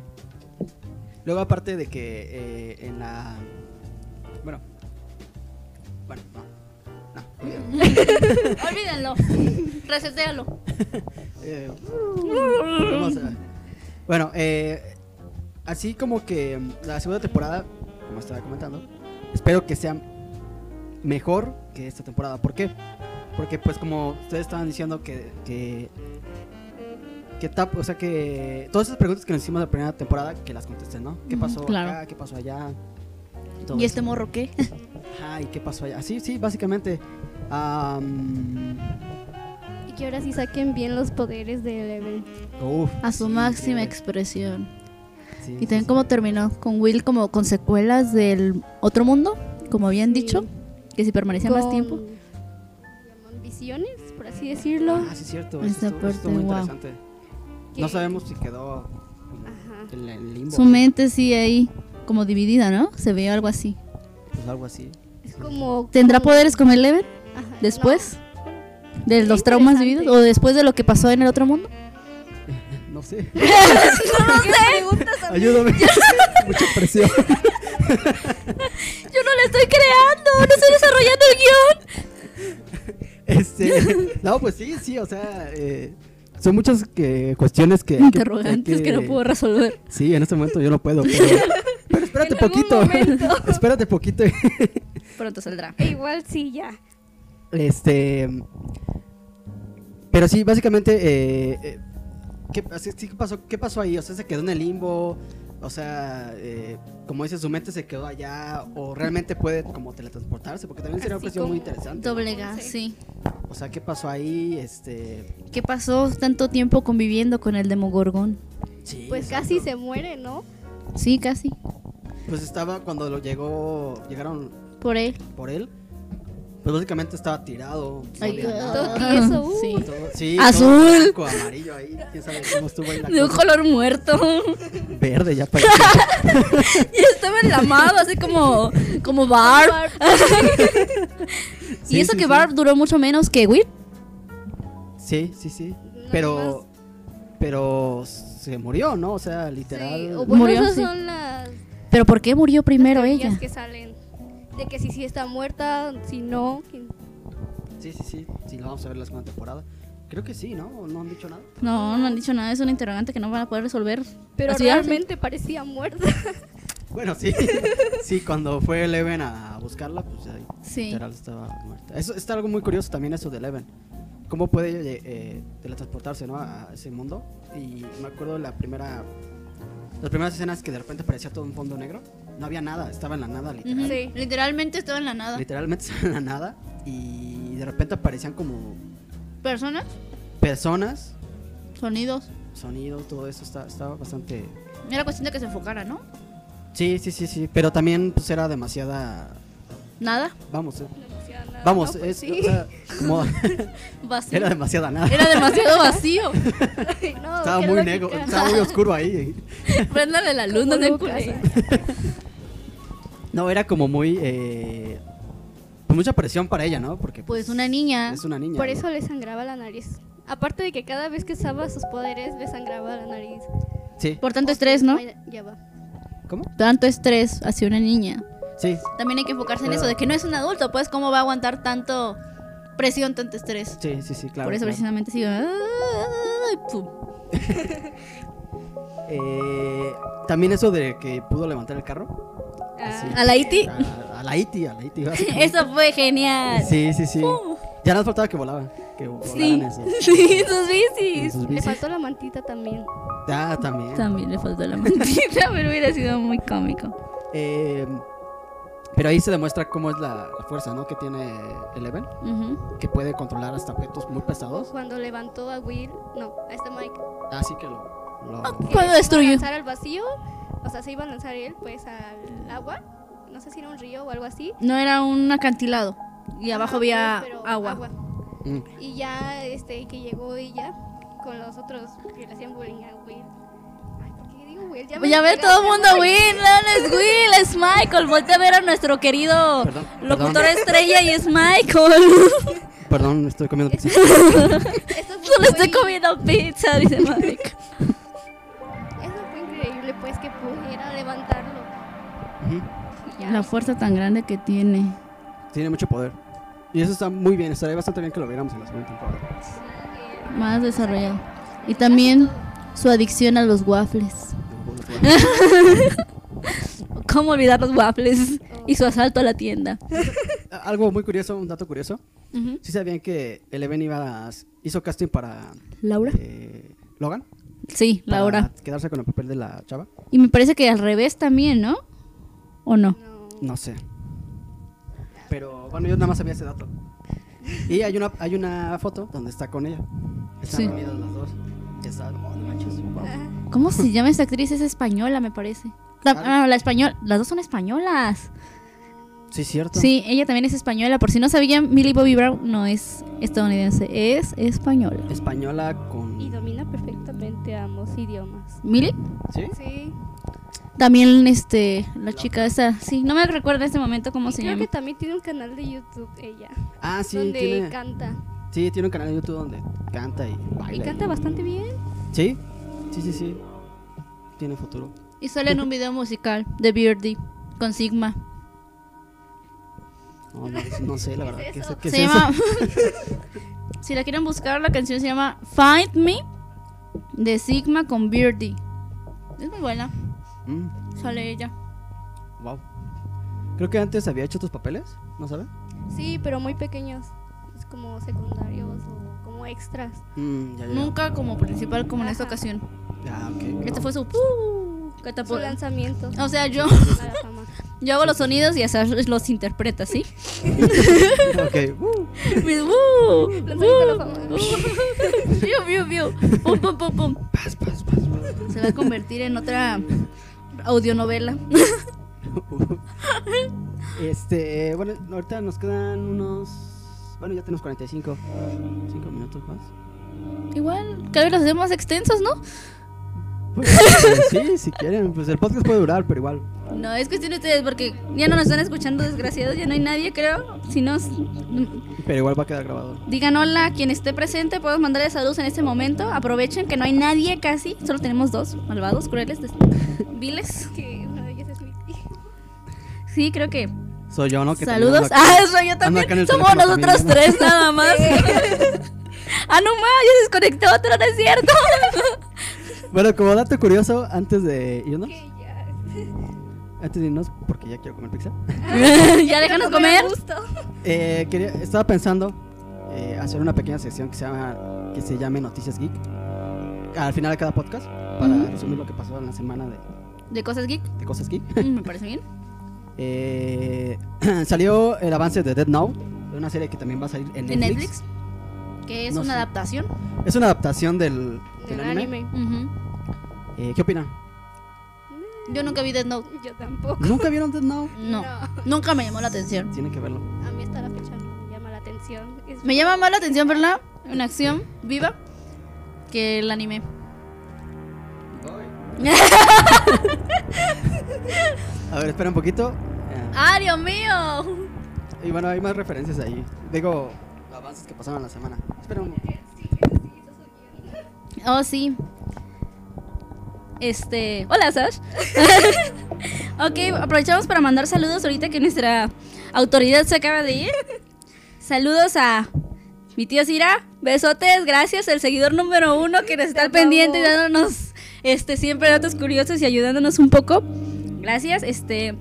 Speaker 2: Luego, aparte de que eh, en la. Bueno. Bueno, no. No, olvídalo.
Speaker 3: Olvídenlo. Resetealo.
Speaker 2: Eh, vamos a- Bueno, eh, así como que mm, la segunda temporada, como estaba comentando, espero que sea mejor que esta temporada. ¿Por qué? Porque pues como ustedes estaban diciendo que... que que tap- o sea que todas esas preguntas que nos hicimos en la primera temporada que las contesten, ¿no? ¿Qué
Speaker 3: Ujú,
Speaker 2: pasó
Speaker 3: claro.
Speaker 2: acá? ¿Qué pasó allá? Todo
Speaker 3: ¿Y este
Speaker 2: eso.
Speaker 3: morro qué?
Speaker 2: Ajá, ¿y qué pasó allá? Sí, sí, básicamente. am,
Speaker 4: Y que ahora sí saquen bien los poderes de Eleven.
Speaker 2: uf,
Speaker 3: A su
Speaker 2: sí,
Speaker 3: máxima
Speaker 2: increíble.
Speaker 3: expresión.
Speaker 2: Sí,
Speaker 3: Y
Speaker 2: sí,
Speaker 3: también
Speaker 2: sí.
Speaker 3: cómo terminó con Will como con secuelas del otro mundo, como habían
Speaker 4: Sí.
Speaker 3: dicho, que si permanecía más
Speaker 4: Con-
Speaker 3: tiempo.
Speaker 4: llaman Visiones, por así decirlo.
Speaker 2: Ah, sí, es cierto.
Speaker 3: Esa
Speaker 2: Esa estuvo,
Speaker 3: parte,
Speaker 2: estuvo muy
Speaker 3: wow.
Speaker 2: interesante.
Speaker 4: Que-
Speaker 2: No sabemos si quedó
Speaker 4: Ajá.
Speaker 2: en la- en limbo.
Speaker 3: Su mente sí ahí, como dividida, ¿no? Se veía algo así.
Speaker 2: Pues algo así.
Speaker 4: Es como.
Speaker 3: ¿Tendrá
Speaker 4: como-
Speaker 3: poderes como Eleven
Speaker 4: Ajá,
Speaker 3: después? ¿De
Speaker 4: Qué
Speaker 3: los traumas
Speaker 4: interesante.
Speaker 3: vividos? ¿O después de lo que pasó en el otro mundo?
Speaker 2: No sé. Ayúdame. Mucha presión.
Speaker 3: Yo no le estoy creando, no estoy desarrollando el guión.
Speaker 2: Este, no, pues sí, sí, o sea, eh, son muchas que, cuestiones que... hay que-
Speaker 3: Interrogantes
Speaker 2: hay
Speaker 3: que no puedo resolver.
Speaker 2: Sí, en este momento yo no puedo, pero... pero espérate
Speaker 4: En algún
Speaker 2: poquito.
Speaker 4: momento.
Speaker 2: espérate poquito.
Speaker 3: Pronto saldrá.
Speaker 4: no. E Igual sí, ya.
Speaker 2: Este. Pero sí, básicamente. eh, eh, ¿qué, así- sí, ¿qué pasó, ¿Qué pasó ahí? O sea, se quedó en el limbo. O sea, eh, como dice, su mente se quedó allá. O realmente puede como teletransportarse. Porque también sería una
Speaker 4: Así
Speaker 2: cuestión muy
Speaker 4: como
Speaker 2: interesante.
Speaker 3: Doble gas, sí.
Speaker 4: Sí.
Speaker 2: O sea, ¿qué pasó ahí? Este.
Speaker 3: ¿Qué pasó tanto tiempo conviviendo con el Demogorgón?
Speaker 2: Sí.
Speaker 4: Pues
Speaker 2: exacto.
Speaker 4: casi se muere, ¿no?
Speaker 3: Sí, casi.
Speaker 2: Pues estaba cuando lo llegó. Llegaron
Speaker 3: Por él.
Speaker 2: por él. Pues básicamente estaba tirado. no
Speaker 3: Ay,
Speaker 2: había nada,
Speaker 4: todo tieso, uh.
Speaker 3: Ah, Sí.
Speaker 2: todo- sí,
Speaker 3: Azul.
Speaker 2: todo blanco, amarillo ahí. Quién sabe cómo estuvo ahí la
Speaker 3: De un
Speaker 2: cosa.
Speaker 3: color muerto.
Speaker 2: Verde ya parecía.
Speaker 3: Y estaba enlamado, así como, como Barb.
Speaker 2: Sí,
Speaker 3: y eso
Speaker 2: sí,
Speaker 3: que
Speaker 2: sí.
Speaker 3: Barb duró mucho menos que Will.
Speaker 2: Sí, sí, sí.
Speaker 4: Nada
Speaker 2: Pero. Pero se murió, ¿no? O sea, literal.
Speaker 4: Sí, o bueno,
Speaker 3: Murió,
Speaker 4: esas
Speaker 3: sí.
Speaker 4: son las
Speaker 3: Pero ¿por qué murió primero
Speaker 4: teorías
Speaker 3: ella?
Speaker 4: que salen. De que si sí está muerta, si no. que-
Speaker 2: Sí, sí, sí. Sí, lo vamos a ver la segunda temporada. Creo que sí, ¿no? ¿O No han dicho nada.
Speaker 3: No, no han dicho nada, es un interrogante que no van a poder resolver.
Speaker 4: Pero
Speaker 3: Así hacen.
Speaker 4: realmente parecía muerta.
Speaker 2: Bueno, sí. sí, cuando fue Eleven a buscarla, pues ahí
Speaker 3: Sí.
Speaker 2: literal estaba muerta. Eso está algo muy curioso también, eso de Eleven. ¿Cómo puede eh, eh, teletransportarse, ¿no? A ese mundo. Y me acuerdo la primera. Las primeras escenas que de repente aparecía todo un fondo negro. No había nada, estaba en la nada, literal.
Speaker 3: Ujú.
Speaker 4: Sí.
Speaker 3: Literalmente estaba en la nada.
Speaker 2: Literalmente estaba en la nada. Y de repente aparecían como
Speaker 3: Personas,
Speaker 2: personas,
Speaker 3: sonidos.
Speaker 2: sonido, todo eso está, estaba bastante...
Speaker 3: Era cuestión de que se enfocara, ¿no?
Speaker 2: Sí, sí, sí, sí. Pero también pues era demasiada.
Speaker 3: Nada.
Speaker 2: Vamos, eh,
Speaker 4: Demasiada-
Speaker 2: vamos,
Speaker 4: no, pues
Speaker 2: es
Speaker 4: sí.
Speaker 2: o sea, como-
Speaker 3: Vacío.
Speaker 2: era demasiada nada.
Speaker 3: Era demasiado vacío.
Speaker 4: Ay, no,
Speaker 2: estaba
Speaker 4: qué
Speaker 2: muy
Speaker 4: lógica.
Speaker 2: negro, estaba muy oscuro ahí.
Speaker 3: Préndale la luz, no
Speaker 4: Como
Speaker 3: te
Speaker 4: Lucas,
Speaker 3: culé.
Speaker 2: No, era como muy eh, pues, mucha presión para ella, ¿no? Porque
Speaker 3: Pues una niña.
Speaker 2: es una niña.
Speaker 4: Por
Speaker 2: ¿no?
Speaker 4: eso le sangraba la nariz. Aparte de que cada vez que usaba sus poderes le sangraba la nariz.
Speaker 2: Sí.
Speaker 3: Por tanto estrés, ¿no?
Speaker 4: Ay, ya va.
Speaker 2: ¿Cómo?
Speaker 3: Tanto estrés hacia una niña.
Speaker 2: Sí.
Speaker 3: También hay que enfocarse en eso, de que no es un adulto, pues cómo va a aguantar tanto presión, tanto estrés.
Speaker 2: Sí, sí, sí, claro.
Speaker 3: Por eso
Speaker 2: claro.
Speaker 3: precisamente sigo. "Ay, pum".
Speaker 2: Eh, también eso de que pudo levantar el carro.
Speaker 4: Ah,
Speaker 2: Sí.
Speaker 3: A la Iti.
Speaker 2: A, a la Iti, a la Iti. básicamente.
Speaker 3: Eso fue genial.
Speaker 2: Sí, sí, sí.
Speaker 3: Uh.
Speaker 2: Ya nos faltaba que volaba. Que volaran
Speaker 3: Sí,
Speaker 2: esos-
Speaker 3: sí, sus bicis.
Speaker 2: esos
Speaker 4: Le
Speaker 2: bicis.
Speaker 4: faltó la mantita también.
Speaker 2: Ah, también.
Speaker 3: También le faltó la mantita, pero hubiera sido muy cómico.
Speaker 2: Eh, pero ahí se demuestra cómo es la, la fuerza, ¿no? Que tiene Eleven,
Speaker 3: Ujú.
Speaker 2: que puede controlar hasta objetos muy
Speaker 4: O
Speaker 2: pesados.
Speaker 4: cuando levantó a Will, no, a este Mike.
Speaker 2: Así que lo. lo-
Speaker 4: que
Speaker 3: Cuando
Speaker 4: se
Speaker 3: destruyó.
Speaker 4: Iba a lanzar al vacío, o sea, se iba a lanzar él pues al agua. No sé si era un río o algo así.
Speaker 3: No era un acantilado. Y abajo
Speaker 4: Ajá,
Speaker 3: había
Speaker 4: pero
Speaker 3: agua.
Speaker 2: Mm.
Speaker 4: Y ya este que llegó ella con los otros que le hacían bullying a Will. Ay, ¿por qué digo Will? me
Speaker 3: Ya ve
Speaker 4: enteré,
Speaker 3: todo el mundo,
Speaker 4: ay,
Speaker 3: Will, no es Will, es Michael. Volte a ver a nuestro querido
Speaker 2: Perdón,
Speaker 3: locutor
Speaker 2: perdón.
Speaker 3: estrella y es Michael.
Speaker 2: Perdón, estoy comiendo pizza.
Speaker 4: Eso fue
Speaker 3: Solo estoy
Speaker 4: muy-
Speaker 3: comiendo pizza, dice Michael.
Speaker 4: Eso fue increíble pues que pudiera levantarlo.
Speaker 2: Ujú.
Speaker 4: Y ya.
Speaker 3: fuerza tan grande que tiene.
Speaker 2: Tiene mucho poder. Y eso está muy bien, estaría bastante bien que lo viéramos en la segunda temporada.
Speaker 3: Más desarrollado. Y también su adicción a los waffles.
Speaker 2: No, lo puedo.
Speaker 3: ¿Cómo olvidar los waffles? Y su asalto a la tienda.
Speaker 2: Algo muy curioso, un dato curioso. ¿Sí sabían que Eleven iba a- hizo casting para
Speaker 3: ¿Laura?
Speaker 2: eh, Logan?
Speaker 3: Sí,
Speaker 2: Para
Speaker 3: Laura.
Speaker 2: quedarse con el papel de la chava.
Speaker 3: Y me parece que al revés también, ¿no? ¿O no?
Speaker 4: No.
Speaker 2: No sé. Pero bueno, yo nada más sabía ese dato. Y hay una, hay una foto donde está con ella. Están
Speaker 3: Sí.
Speaker 2: reunidas las dos. Está, oh, no manches, wow.
Speaker 3: ¿Cómo se llama esa actriz? Es española, me parece. La,
Speaker 2: Ah.
Speaker 3: ah, la española. Las dos son españolas.
Speaker 2: Sí, cierto.
Speaker 3: Sí, ella también es española. Por si no sabían, Millie Bobby Brown no es estadounidense, es española.
Speaker 2: Española con.
Speaker 4: Y domina perfectamente ambos idiomas.
Speaker 3: Millie
Speaker 2: ¿Sí?
Speaker 4: Sí.
Speaker 3: También, este, la chica esa. Sí, no me recuerda en este momento cómo
Speaker 4: Y
Speaker 3: se
Speaker 4: creo
Speaker 3: llama.
Speaker 4: que también tiene un canal de YouTube ella,
Speaker 2: Ah, sí,
Speaker 4: donde
Speaker 2: tiene.
Speaker 4: canta.
Speaker 2: Sí, tiene un canal de YouTube donde canta y baila.
Speaker 4: Y canta bastante bien.
Speaker 2: Sí, sí, sí, sí. Tiene futuro.
Speaker 3: Y sale en un video musical de Beardy con Sigma.
Speaker 2: No, no, no sé, la verdad. ¿Qué es, qué es
Speaker 3: se
Speaker 2: eso?
Speaker 3: llama. si la quieren buscar, la canción se llama Find Me de Sigma con Beardy. Es muy buena.
Speaker 2: Mm,
Speaker 3: Sale ella.
Speaker 2: wow. Creo que antes había hecho tus papeles, ¿no sabes?
Speaker 4: Sí, pero muy pequeños. Es como secundarios o como extras.
Speaker 2: Mm, ya, ya, ya.
Speaker 3: Nunca como principal como en esta
Speaker 4: Ajá.
Speaker 3: ocasión.
Speaker 2: Ah, ok.
Speaker 3: Este
Speaker 2: no.
Speaker 3: fue su ¡puu!
Speaker 4: Su
Speaker 3: catapulta.
Speaker 4: lanzamiento.
Speaker 3: O sea, yo,
Speaker 4: a la fama.
Speaker 3: yo hago los sonidos y Asash los interpreta, ¿sí?
Speaker 2: Ok, uh,
Speaker 3: Mis ¡uh!
Speaker 4: Lanzamiento a la fama.
Speaker 3: ¡uh! ¡Biu, biu, biu! ¡Pum, pum, pum, pum!
Speaker 2: pas, pas, pas, pas.
Speaker 3: Se va a convertir en otra audionovela.
Speaker 2: Este, bueno, ahorita nos quedan unos. Bueno, ya tenemos 45. 5 minutos más.
Speaker 3: Igual, cada vez los hacemos más extensos, ¿no?
Speaker 2: Pues, sí, si quieren. Pues el podcast puede durar, pero igual.
Speaker 3: No, es cuestión de ustedes porque ya no nos están escuchando, desgraciados. Ya no hay nadie, creo. Si no, s- mm,
Speaker 2: Pero igual va a quedar grabado.
Speaker 3: digan hola a quien esté presente. Podemos mandarle saludos en este momento. Aprovechen que no hay nadie casi. Solo tenemos dos malvados, crueles, des- viles.
Speaker 4: Que una de ellas es mi tía.
Speaker 3: Sí, creo que.
Speaker 2: Soy yo, ¿no? Que
Speaker 3: Saludos.
Speaker 2: terminando
Speaker 3: Ah, eso yo
Speaker 2: ando
Speaker 3: también.
Speaker 2: acá en el
Speaker 3: Somos
Speaker 2: teléfono
Speaker 3: nosotros
Speaker 2: también,
Speaker 3: tres nada más. ah, no más, ya se desconectó otro, no es cierto.
Speaker 2: aquí. Bueno, como dato curioso, antes de irnos.
Speaker 4: Que ya.
Speaker 2: Antes de irnos, porque ya quiero comer pizza.
Speaker 3: ya déjanos comer.
Speaker 4: a gusto.
Speaker 2: Eh, quería, estaba pensando eh, hacer una pequeña sección que se, llama, que se llame Noticias Geek. Al final de cada podcast, para
Speaker 3: Ujú.
Speaker 2: resumir lo que pasó en la semana de,
Speaker 3: De cosas geek.
Speaker 2: de cosas geek.
Speaker 3: Mm, Me parece bien.
Speaker 2: Eh, salió el avance de Dead Now, una serie que también va a salir en
Speaker 3: De
Speaker 2: Netflix.
Speaker 3: Netflix. Que es
Speaker 2: No
Speaker 3: una
Speaker 2: sé.
Speaker 3: adaptación.
Speaker 2: Es una adaptación del, del
Speaker 4: Del
Speaker 2: anime.
Speaker 4: anime.
Speaker 3: Ujú.
Speaker 2: Eh, ¿Qué opinan?
Speaker 3: Yo nunca vi Death Note.
Speaker 4: Yo tampoco.
Speaker 2: ¿Nunca vieron Death Note?
Speaker 3: No,
Speaker 4: No.
Speaker 3: nunca me llamó la atención.
Speaker 2: Tienen que verlo.
Speaker 4: A mí hasta la fecha no me llama la atención. Es-
Speaker 3: Me llama más la atención, ¿verdad? Una acción viva que el anime.
Speaker 2: A ver, espera un poquito. Ah,
Speaker 3: ¡Ah, Dios mío!
Speaker 2: Y bueno, hay más referencias ahí. Digo, avances que pasaron la semana. Espera un
Speaker 3: Oh, sí. Este. Hola, Sash. ok, aprovechamos para mandar saludos ahorita que nuestra autoridad se acaba de ir. Saludos a mi tío Cira. Besotes, gracias. El seguidor número uno que nos está al pendiente y dándonos este, siempre datos curiosos y ayudándonos un poco. Gracias. Este.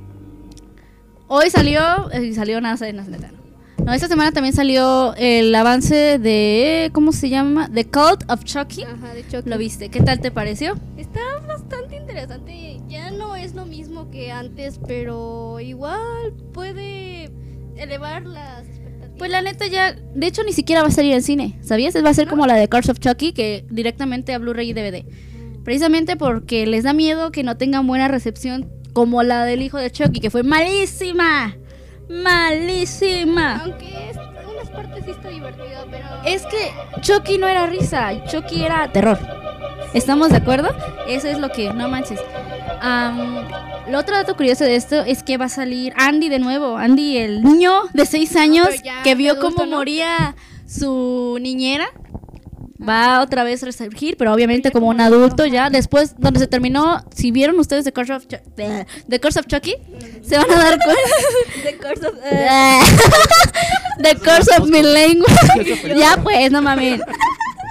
Speaker 3: Hoy salió. eh, salió nada, no, no, no. No, esta semana también salió el avance de. ¿Cómo se llama? The Cult of Chucky.
Speaker 4: Ajá, de hecho.
Speaker 3: Lo viste, ¿qué tal te pareció?
Speaker 4: Está bastante interesante. Ya no es lo mismo que antes, pero igual puede elevar las expectativas.
Speaker 3: Pues la neta ya, de hecho ni siquiera va a salir en cine, ¿sabías? Va a ser como la de Cars of Chucky, que directamente a Blu-ray y DVD. Precisamente porque les da miedo que no tengan buena recepción como la del hijo de Chucky, que fue malísima,
Speaker 4: Ah,
Speaker 3: malísima.
Speaker 4: Aunque es, unas partes sí está divertido, pero
Speaker 3: Es que Chucky no era risa, Chucky era terror. ¿Estamos de acuerdo? Eso es lo que, no manches. Am, lo otro dato curioso de esto es que va a salir Andy de nuevo. Andy, el niño de 6 años
Speaker 4: pero ya
Speaker 3: que vio
Speaker 4: adulto,
Speaker 3: cómo
Speaker 4: ¿no?
Speaker 3: moría su niñera. Va otra vez a resurgir, pero obviamente como un adulto ya. Después, donde se terminó, si vieron ustedes The Curse of, Chu- The- The Curse of Chucky, se van a dar cuenta. The Curse of... eh, The Curse of Mi Lengua. ya pues, no mames.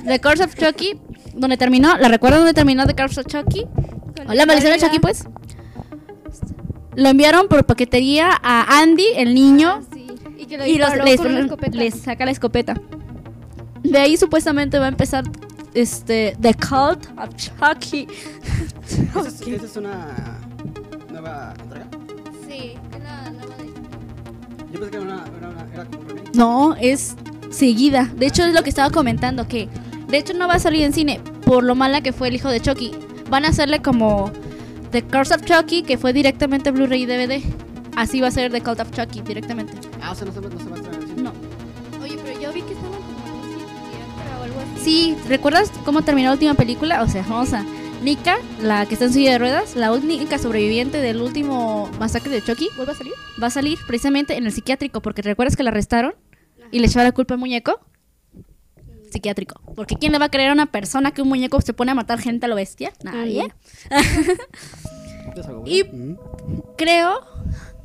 Speaker 3: The Curse of Chucky, donde terminó, ¿la recuerdan donde terminó The Curse of Chucky?
Speaker 4: Con
Speaker 3: O la maldición de
Speaker 4: Italia.
Speaker 3: Chucky, pues. Lo enviaron por paquetería a Andy, el niño,
Speaker 4: Ah, sí. Y que lo
Speaker 3: y los-
Speaker 4: disparó
Speaker 3: les,
Speaker 4: con una escopeta.
Speaker 3: les saca la escopeta. De ahí supuestamente va a empezar este The Cult of Chucky.
Speaker 2: ¿Esa es, esa es una nueva entrega?
Speaker 4: Sí, es la nueva de-
Speaker 2: Yo pensé que era, una, era, una- era como un remake.
Speaker 3: No, es seguida. De hecho, es lo que estaba comentando, que de hecho no va a salir en cine por lo mala que fue el hijo de Chucky. Van a hacerle como The Curse of Chucky, que fue directamente Blu-ray y DVD. Así va a ser The Cult of Chucky directamente.
Speaker 2: Ah, o sea, no se, va- no se va a estrenar. en cine.
Speaker 3: No.
Speaker 4: Oye, pero yo vi que estaban como en un psiquiatra o algo así.
Speaker 3: Sí, ¿recuerdas cómo terminó la última película? O sea, vamos a Nika, la que está en silla de ruedas, la única sobreviviente del último masacre de Chucky,
Speaker 4: ¿Vuelve a salir?
Speaker 3: va a salir precisamente en el psiquiátrico, porque ¿recuerdas que la arrestaron y le echaba la culpa al muñeco?
Speaker 4: Mm.
Speaker 3: Psiquiátrico. Porque ¿quién le va a creer a una persona que un muñeco se pone a matar gente a lo bestia?
Speaker 4: Mm.
Speaker 3: Nadie.
Speaker 2: Entonces, algo
Speaker 3: Y-
Speaker 2: bueno. Mm.
Speaker 3: Creo,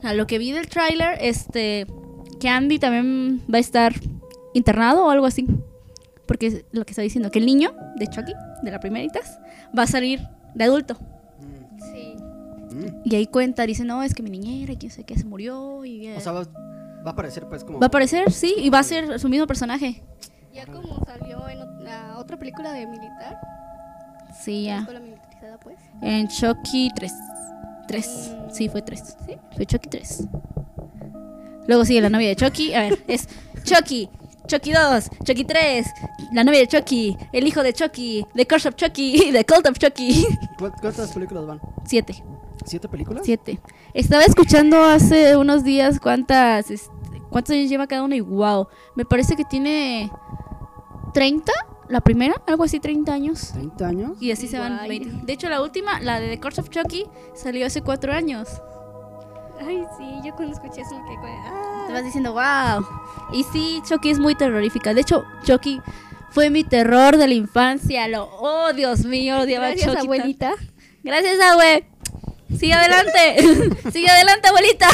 Speaker 3: a lo que vi del tráiler, este, que Andy también va a estar internado o algo así. Porque es lo que está diciendo, que el niño de Chucky, de la primeritas, va a salir de adulto.
Speaker 4: Sí.
Speaker 2: Mm.
Speaker 3: Y ahí cuenta, dice, no, es que mi niñera, y quién sé qué, se murió. Y, eh,
Speaker 2: O sea, va, va a aparecer pues como...
Speaker 3: va a aparecer, sí, y va a ser su mismo personaje.
Speaker 4: Ya como salió en ot- la otra película de militar,
Speaker 3: Sí, ya.
Speaker 4: con la militarizada pues.
Speaker 3: En Chucky 3. 3. Sí, fue 3.
Speaker 4: ¿Sí?
Speaker 3: Fue Chucky 3. Luego sigue la novia de Chucky. A ver, es Chucky, Chucky 2, Chucky 3, la novia de Chucky, el hijo de Chucky, The Curse of Chucky, The Cult of Chucky.
Speaker 2: ¿Cu- ¿Cuántas películas van?
Speaker 3: 7.
Speaker 2: ¿Siete películas?
Speaker 3: 7. Estaba escuchando hace unos días cuántas este, cuántos años lleva cada uno y wow, me parece que tiene 30 la primera, algo así 30 años.
Speaker 2: ¿30 años?
Speaker 3: Y así se van
Speaker 4: Guay.
Speaker 3: 20. De hecho, la última, la de The Curse of Chucky, salió hace cuatro años.
Speaker 4: Ay, sí, yo cuando escuché eso me quedé con...
Speaker 3: Te
Speaker 4: ¡Ah!
Speaker 3: vas diciendo, wow. Y sí, Chucky es muy terrorífica. De hecho, Chucky fue mi terror de la infancia. Lo, oh, Dios mío, odiaba a
Speaker 4: Gracias,
Speaker 3: Chucky.
Speaker 4: abuelita.
Speaker 3: tan- Gracias, abue. Sigue adelante. Sigue adelante, abuelita.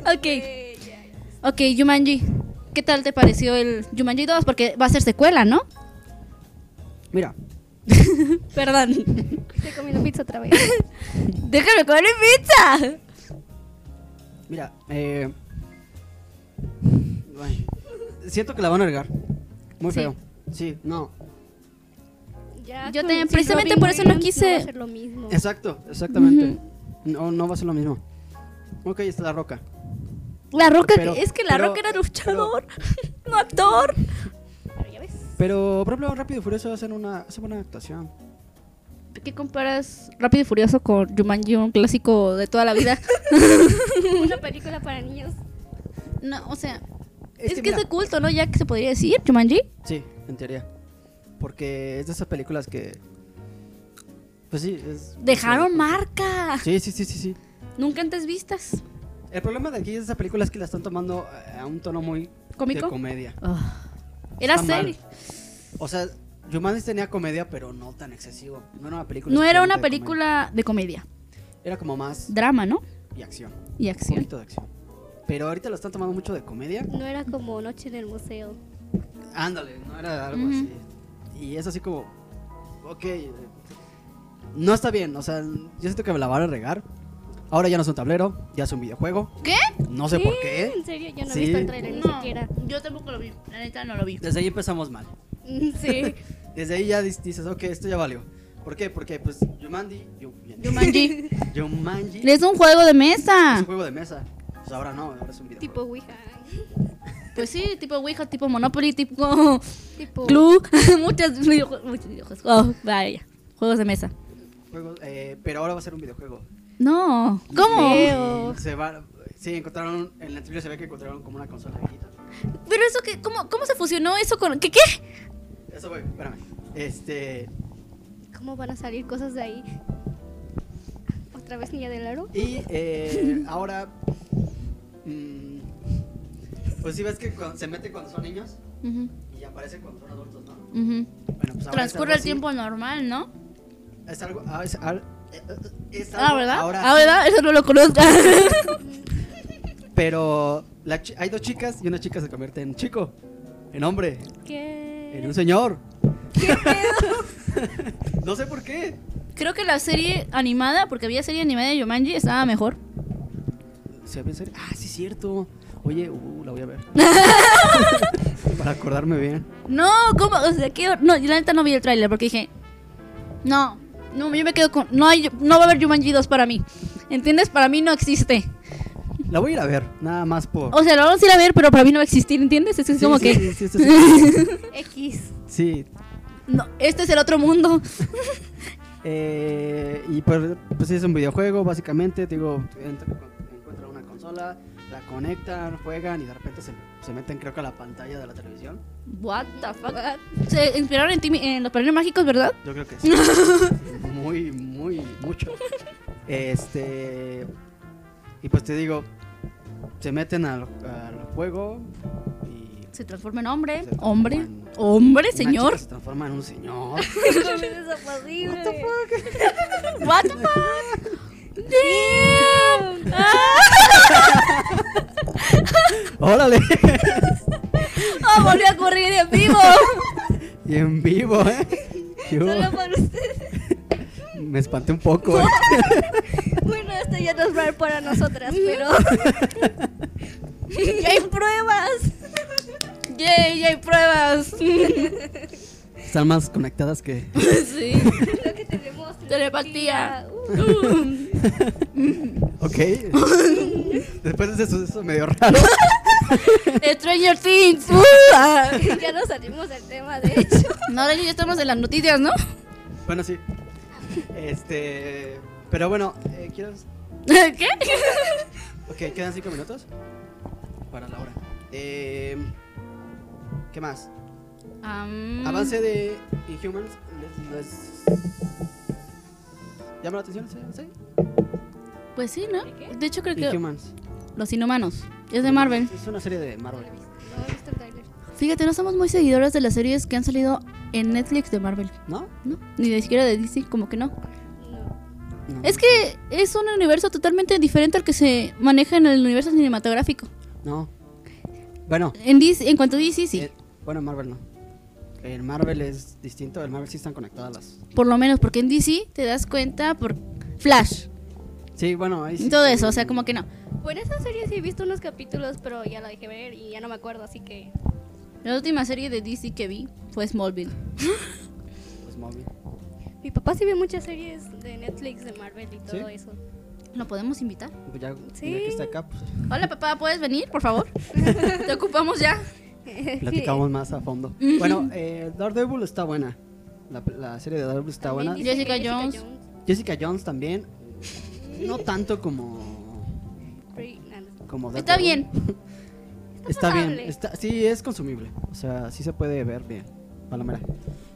Speaker 3: ok.
Speaker 4: Eh, ya, ya.
Speaker 3: Ok, Jumanji. ¿Qué tal te pareció el Jumanji 2? Porque va a ser secuela, ¿no?
Speaker 2: Mira,
Speaker 3: Perdón.
Speaker 4: Estoy comiendo pizza otra vez.
Speaker 3: Déjame comer mi pizza.
Speaker 2: mira, eh... Ay, siento que la van a agregar. Muy
Speaker 3: Sí.
Speaker 2: feo. Sí, no.
Speaker 4: Ya
Speaker 3: Yo
Speaker 4: con-
Speaker 3: también,
Speaker 4: sin
Speaker 3: precisamente
Speaker 4: Robin
Speaker 3: por eso no
Speaker 4: Williams
Speaker 3: quise-
Speaker 4: va a ser lo mismo.
Speaker 2: Exacto, exactamente. No, no va a ser lo mismo. Ok, está la roca.
Speaker 3: La Roca,
Speaker 2: Pero-
Speaker 3: es que La
Speaker 2: pero-
Speaker 3: Roca era luchador, no actor.
Speaker 4: Pero ya ves.
Speaker 2: Pero, por ejemplo, Rápido y Furioso hacen una, hacen buena actuación.
Speaker 3: ¿Qué comparas Rápido y Furioso con Jumanji, un clásico de toda la vida?
Speaker 4: Una película para niños.
Speaker 3: no, o sea,
Speaker 2: Es
Speaker 3: es,
Speaker 2: que
Speaker 3: que,
Speaker 2: mira-
Speaker 3: es de culto, ¿no? Ya que se podría decir, Jumanji.
Speaker 2: Sí, en teoría. Porque es de esas películas que. Pues sí, es.
Speaker 3: Dejaron marca.
Speaker 2: Sí, sí, sí, sí, sí.
Speaker 3: Nunca antes vistas.
Speaker 2: El problema de aquí es de esa película es que la están tomando eh, a un tono muy
Speaker 3: ¿Cómico?
Speaker 2: de comedia.
Speaker 3: Ah. Era
Speaker 2: Está mal.
Speaker 3: serie.
Speaker 2: O sea, Jumanji tenía comedia, pero no tan excesivo. No era una película.
Speaker 3: No era una
Speaker 2: excesivamente de comedia.
Speaker 3: película de comedia.
Speaker 2: Era como más
Speaker 3: Drama, ¿no?
Speaker 2: y acción.
Speaker 3: Y
Speaker 2: Un
Speaker 3: acción.
Speaker 2: poquito de acción. Pero ahorita lo están tomando mucho de comedia.
Speaker 4: No era como Noche en el Museo.
Speaker 2: Ándale, no era algo
Speaker 3: Ujú.
Speaker 2: así. Y es así como. Ok. eh, No está bien, o sea, yo siento que me la van a regar. Ahora ya no es un tablero, ya es un videojuego.
Speaker 3: ¿Qué?
Speaker 2: No sé por
Speaker 3: ¿Eh?
Speaker 2: qué.
Speaker 4: En serio, yo no
Speaker 2: Sí.
Speaker 4: he visto el trailer ni siquiera.
Speaker 3: yo tampoco lo vi. La neta no lo vi.
Speaker 2: Desde ahí empezamos mal.
Speaker 4: Mm, Sí.
Speaker 2: Desde ahí ya dis- dices, ok, esto ya valió. ¿Por qué? Porque pues Jumanji, Yu-
Speaker 3: Jumanji.
Speaker 2: Jumanji es
Speaker 3: es un juego de
Speaker 2: un
Speaker 3: mesa.
Speaker 2: juego de mesa. Pues ahora no, ahora es un videojuego.
Speaker 4: tipo Ouija.
Speaker 3: Pues sí, tipo Ouija, tipo Monopoly, tipo
Speaker 4: Tipo.
Speaker 3: Clue. Muchas videojue- muchos videojuegos. Oh, vaya. Juegos de mesa.
Speaker 2: Juegos, eh, pero ahora va a ser un videojuego.
Speaker 3: No. ¿Cómo?
Speaker 2: Y Se va, sí, encontraron, en la trivia se ve que encontraron como una consola viejita.
Speaker 3: Pero eso que, ¿cómo, cómo se fusionó eso con. ¿Qué qué?
Speaker 2: Eso voy, espérame. Este,
Speaker 4: ¿Cómo van a salir cosas de ahí? ¿Otra vez Niña del Aro?
Speaker 2: Y eh, ahora. mm, pues si ves que cuando- se mete cuando son niños
Speaker 3: Ujú,
Speaker 2: y aparece cuando son adultos, ¿no?
Speaker 3: ujú.
Speaker 2: Bueno, pues ahora
Speaker 3: Transcurre
Speaker 2: es algo
Speaker 3: el
Speaker 2: así.
Speaker 3: tiempo normal, ¿no?
Speaker 2: Es algo. ah, es al- eh, eh, es
Speaker 3: Ah,
Speaker 2: algo
Speaker 3: ¿verdad?
Speaker 2: Ahora
Speaker 3: ah,
Speaker 2: sí,
Speaker 3: ¿verdad? Eso no lo conozco.
Speaker 2: Pero la chi- hay dos chicas y una chica se convierte en chico, en hombre, en
Speaker 4: ¿Qué?
Speaker 2: un señor. no sé por qué.
Speaker 3: Creo que la serie animada, porque había serie animada de Yomanji, estaba mejor.
Speaker 2: ¿Se va a ser? Ah, sí, es cierto. Oye, uh, la voy a ver. Para acordarme bien.
Speaker 3: No, ¿cómo? O sea, ¿qué hor- No, yo la neta no vi el tráiler porque dije, no, no, yo me quedo con, no hay, no va a haber Jumanji 2 para mí, ¿entiendes? Para mí no existe.
Speaker 2: La voy a ir a ver, nada más por.
Speaker 3: O sea, lo vamos a ir a ver, pero para mí no va a existir, ¿entiendes? Es que es
Speaker 2: Sí,
Speaker 3: Oh, como
Speaker 2: sí,
Speaker 3: que,
Speaker 2: sí, sí, sí, sí.
Speaker 4: X.
Speaker 2: Sí,
Speaker 3: no, este es el otro mundo.
Speaker 2: eh, y pues, pues sí, es un videojuego, básicamente. te Digo, entra- encuentran una consola, la conectan, juegan y de repente se, se meten, creo que a la pantalla de la televisión.
Speaker 3: What the fuck? Se inspiraron en, Timmy- en los paneles mágicos, ¿verdad?
Speaker 2: Yo creo que sí. muy, muy, mucho. Este. Y pues te digo, se meten al, al juego y.
Speaker 3: Se transforma en hombre,
Speaker 2: Se transforma
Speaker 3: hombre,
Speaker 2: en-
Speaker 3: hombre,
Speaker 2: una
Speaker 3: señor.
Speaker 2: chica Se transforma en un señor.
Speaker 3: What the fuck? Damn. Ah,
Speaker 2: ¡Órale!
Speaker 3: oh, volvió a ocurrir en vivo.
Speaker 2: y en vivo, ¿eh? Yo
Speaker 3: Solo para ustedes.
Speaker 2: me espanté un poco, ¿eh?
Speaker 4: Bueno, esto ya nos va a ir para nosotras, pero.
Speaker 3: ¡Ya hay pruebas! ¡Yay! ¡Ya hay pruebas!
Speaker 2: Están más conectadas que.
Speaker 3: sí.
Speaker 4: Creo que tenemos.
Speaker 3: Telepatía.
Speaker 4: Uh.
Speaker 2: Ok. Después de eso, eso medio raro.
Speaker 3: Stranger Things.
Speaker 4: ya nos salimos del tema, de hecho.
Speaker 3: no, ahora sí ya estamos en las noticias, ¿no?
Speaker 2: Bueno, sí. Este. Pero bueno, eh, ¿quieres?
Speaker 3: ¿Qué?
Speaker 2: Ok, quedan cinco minutos para la hora. Eh, ¿Qué más?
Speaker 3: Am,
Speaker 2: Avance de Inhumans. Les, les- ¿Llama la atención ese avance?
Speaker 3: Pues sí, ¿no? De hecho, creo que
Speaker 2: Inhumans.
Speaker 3: Los Inhumanos. Es de Marvel.
Speaker 2: Es una serie de Marvel.
Speaker 4: No he visto el trailer.
Speaker 3: Fíjate, no somos muy seguidores de las series que han salido en Netflix de Marvel,
Speaker 2: ¿No?
Speaker 3: ¿no? Ni de siquiera de DC, como que no.
Speaker 4: No.
Speaker 2: No.
Speaker 3: Es que es un universo totalmente diferente al que se maneja en el universo cinematográfico.
Speaker 2: No. Bueno.
Speaker 3: En, DC, en cuanto a DC, sí.
Speaker 2: eh, bueno, Marvel no. El Marvel es distinto. El Marvel sí están conectadas las.
Speaker 3: Por lo menos, porque en DC te das cuenta por Flash
Speaker 2: Sí, bueno, ahí sí
Speaker 3: y todo
Speaker 2: estoy-
Speaker 3: eso, o sea, como que no.
Speaker 4: Bueno, esa serie sí he visto unos capítulos, pero ya la dejé ver y ya no me acuerdo, así que.
Speaker 3: La última serie de DC que vi fue Smallville.
Speaker 2: Pues móvil.
Speaker 4: Mi papá sí ve muchas series de Netflix, de Marvel y todo
Speaker 2: ¿Sí?
Speaker 4: eso.
Speaker 3: ¿Lo podemos invitar?
Speaker 2: Pues ya,
Speaker 4: Sí.
Speaker 2: ya que está acá, pues
Speaker 3: Hola, papá, ¿puedes venir, por favor? Te ocupamos ya.
Speaker 2: platicamos más a fondo. Bueno, eh, Daredevil está buena. La, la serie de Daredevil está buena.
Speaker 4: También dice
Speaker 3: Jessica
Speaker 4: que
Speaker 3: Jones.
Speaker 2: Jessica Jones también. No tanto como.
Speaker 4: Free- no, no.
Speaker 2: como
Speaker 3: Está
Speaker 2: Daredevil.
Speaker 3: bien.
Speaker 2: Está bien.
Speaker 4: pasable.
Speaker 2: Está, sí, es consumible. O sea, sí se puede ver bien. Palomera.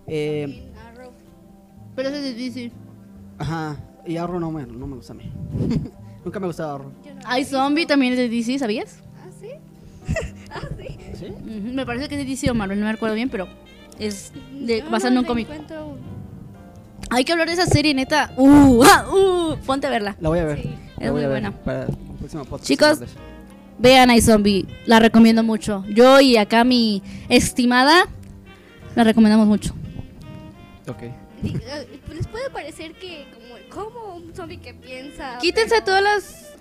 Speaker 2: Eh,
Speaker 4: Green Arrow.
Speaker 3: Pero eso es difícil.
Speaker 2: ajá. Y Arrow no me, no me gusta a mí. Nunca me gustaba Arrow.
Speaker 4: Yo no la
Speaker 3: Hay
Speaker 4: vi.
Speaker 3: zombie también es de DC, ¿sabías?
Speaker 4: ¿Ah, sí? ¿Ah, sí?
Speaker 2: ¿Sí?
Speaker 3: Ujú, Me parece que es de DC o Marvel, no me acuerdo bien, pero es de,
Speaker 4: No,
Speaker 3: basado en
Speaker 4: no
Speaker 3: un
Speaker 4: la
Speaker 3: cómic.
Speaker 4: encuentro.
Speaker 3: Hay que hablar de esa serie, neta. Uh, ah, uh, ponte a verla.
Speaker 2: La voy a ver.
Speaker 4: Sí.
Speaker 2: La
Speaker 3: Es
Speaker 2: voy
Speaker 3: muy
Speaker 2: a ver
Speaker 3: buena.
Speaker 2: Para el próximo podcast.
Speaker 3: Chicos. Vean Hay Zombie, la recomiendo mucho. Yo y acá mi estimada la recomendamos mucho.
Speaker 2: Ok.
Speaker 4: Di- eh, Les puede parecer que como, como un zombie que piensa.
Speaker 3: Quítense
Speaker 4: pero-
Speaker 3: todos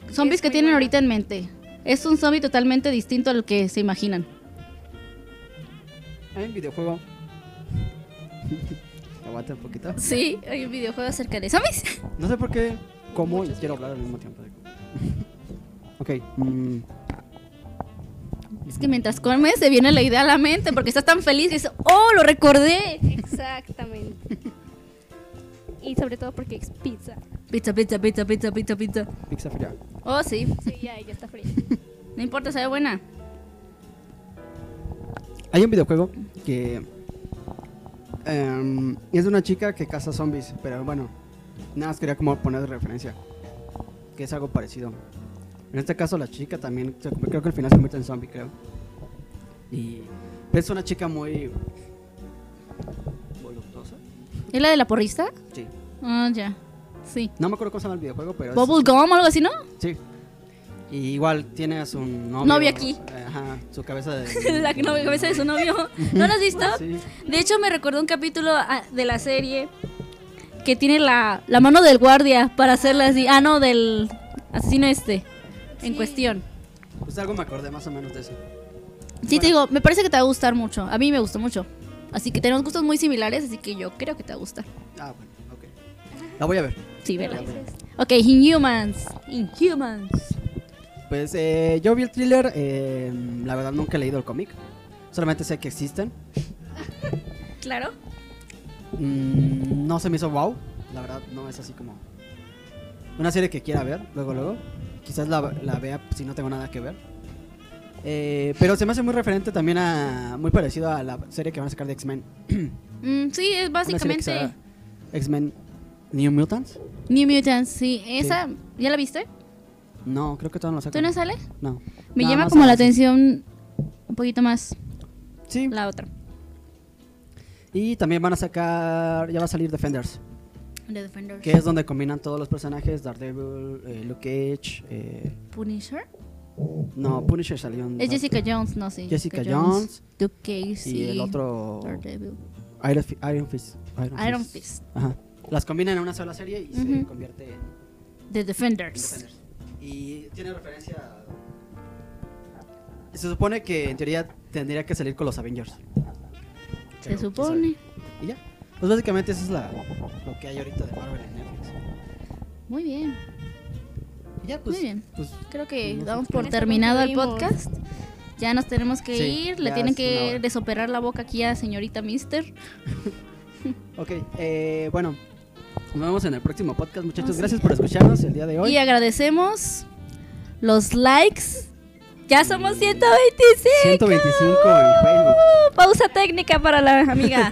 Speaker 3: los zombies
Speaker 4: Es
Speaker 3: que
Speaker 4: muy
Speaker 3: tienen
Speaker 4: buena.
Speaker 3: ahorita en mente. Es un zombie totalmente distinto al que se imaginan.
Speaker 2: Hay un videojuego. Aguanta un poquito.
Speaker 3: Sí, hay un videojuego acerca de zombies.
Speaker 2: No sé por qué, cómo y quiero hablar al mismo tiempo. de cómo. ok. mm,
Speaker 3: Es que mientras comes se viene la idea a la mente porque estás tan feliz y dices, ¡oh, lo recordé!
Speaker 4: Exactamente. y sobre todo porque es pizza.
Speaker 3: Pizza, pizza, pizza, pizza, pizza, pizza.
Speaker 2: pizza fría.
Speaker 3: Oh, sí.
Speaker 4: Sí, ya, ya está fría.
Speaker 3: No importa, sabe buena.
Speaker 2: Hay un videojuego que em, es de una chica que caza zombies, pero bueno, nada más quería como poner de referencia que es algo parecido. En este caso la chica también, se conv- creo que al final se convierte en zombie, creo. Y es una chica muy voluptuosa.
Speaker 3: ¿Es la de la porrista?
Speaker 2: Sí.
Speaker 3: Ah, ya. Sí.
Speaker 2: No me acuerdo cómo se llama el videojuego, pero es-
Speaker 3: Bubblegum o algo así, ¿no?
Speaker 2: Sí. Y igual tiene a su novio.
Speaker 3: Novio aquí.
Speaker 2: Ajá, su cabeza de.
Speaker 3: la no- cabeza de su novio. ¿No lo has visto?
Speaker 2: Sí.
Speaker 3: De hecho, me recordó un capítulo ah, de la serie que tiene la, la mano del guardia para hacerla así. Ah, no, del asesino este. En
Speaker 4: Sí.
Speaker 3: cuestión.
Speaker 2: Pues algo me acordé más o menos de eso.
Speaker 3: Sí, te digo, me parece que te va a gustar mucho. A mí me gustó mucho. Así que tenemos gustos muy similares, así que yo creo que te va a gustar.
Speaker 2: Ah, bueno, ok. La voy a ver.
Speaker 3: Sí,
Speaker 4: A
Speaker 3: vela.
Speaker 4: veces.
Speaker 3: Ok, Inhumans. Inhumans.
Speaker 2: Pues eh, yo vi el thriller. eh, la verdad, nunca he leído el cómic. Solamente sé que existen.
Speaker 3: Claro.
Speaker 2: Mm, no se me hizo wow. La verdad, no es así como. Una serie que quiera ver, luego, luego. Quizás la, la vea si no tengo nada que ver. Eh, pero se me hace muy referente también a. Muy parecido a la serie que van a sacar de X-Men.
Speaker 3: Mm, sí, es
Speaker 2: Una serie que se
Speaker 3: básicamente.
Speaker 2: llama X-Men New Mutants.
Speaker 3: New Mutants, sí. Esa, ¿ya la viste?
Speaker 2: No, creo que todavía no la
Speaker 3: ¿Tú
Speaker 2: sacan.
Speaker 3: no sale?
Speaker 2: No.
Speaker 3: Me
Speaker 2: Nada
Speaker 3: llama
Speaker 2: más
Speaker 3: como la
Speaker 2: así.
Speaker 3: atención un poquito más
Speaker 2: Sí.
Speaker 3: la otra.
Speaker 2: Y también van a sacar, ya va a salir Defenders,
Speaker 3: The Defenders.
Speaker 2: que es donde combinan todos los personajes, Daredevil, eh, Luke Cage, eh,
Speaker 3: Punisher.
Speaker 2: no, Punisher salió en
Speaker 3: Es
Speaker 2: Dark-
Speaker 3: Jessica Jones, no sé.
Speaker 2: Jessica Jones.
Speaker 3: Duke Cage.
Speaker 2: y el otro
Speaker 3: Daredevil.
Speaker 2: Iron, Fi- Iron Fist.
Speaker 3: Iron Fist.
Speaker 2: Ajá. Las combinan en una sola serie y se
Speaker 3: Ujú.
Speaker 2: convierte en
Speaker 3: The Defenders.
Speaker 2: Defenders. Y tiene referencia a... Se supone que en teoría tendría que salir con los Avengers.
Speaker 3: Se
Speaker 2: Pero,
Speaker 3: supone.
Speaker 2: Y ya. Pues básicamente eso es la, lo que hay ahorita de Marvel en Netflix.
Speaker 3: Muy bien.
Speaker 2: Y ya, pues.
Speaker 3: Muy bien.
Speaker 2: pues,
Speaker 3: Creo que
Speaker 2: No sé.
Speaker 3: damos
Speaker 4: Con
Speaker 3: por
Speaker 4: esto
Speaker 3: terminado el
Speaker 4: concluimos.
Speaker 3: podcast. Ya nos tenemos que
Speaker 2: Sí,
Speaker 3: ir. Le
Speaker 2: ya
Speaker 3: tienen
Speaker 2: es una
Speaker 3: que
Speaker 2: hora.
Speaker 3: desoperar la boca aquí a señorita Mister.
Speaker 2: ok, eh, bueno. Nos vemos en el próximo podcast, muchachos.
Speaker 3: Ah, sí.
Speaker 2: Gracias por escucharnos el día de hoy.
Speaker 3: Y agradecemos los likes. Ya somos 125.
Speaker 2: 125 en Facebook.
Speaker 3: Pausa técnica para la amiga.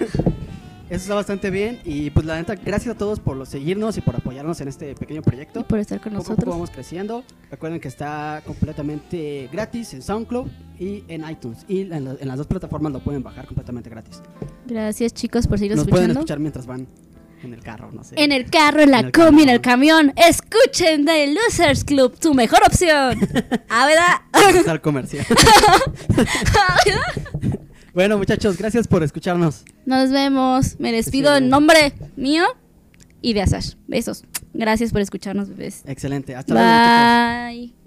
Speaker 2: Eso está bastante bien. Y pues la neta, gracias a todos por lo- seguirnos y por apoyarnos en este pequeño
Speaker 3: y
Speaker 2: proyecto.
Speaker 3: por estar con
Speaker 2: Poco a poco
Speaker 3: nosotros.
Speaker 2: vamos creciendo. Recuerden que está completamente gratis en SoundCloud y en iTunes. Y en, la- en las dos plataformas lo pueden bajar completamente gratis.
Speaker 3: Gracias chicos por seguir
Speaker 2: Nos pueden
Speaker 3: escuchando.
Speaker 2: escuchar mientras van en el carro, no sé.
Speaker 3: En el carro, en
Speaker 2: Este, En
Speaker 3: la
Speaker 2: el
Speaker 3: combi, en el camión. Escuchen The Losers Club, tu mejor opción. Ah, ¿verdad?
Speaker 2: Al comercial. bueno, muchachos, gracias por escucharnos.
Speaker 3: Nos vemos. Me despido en nombre mío y de Asash. Besos. Gracias por escucharnos, bebés.
Speaker 2: Excelente. Hasta luego. chicos.
Speaker 3: Bye.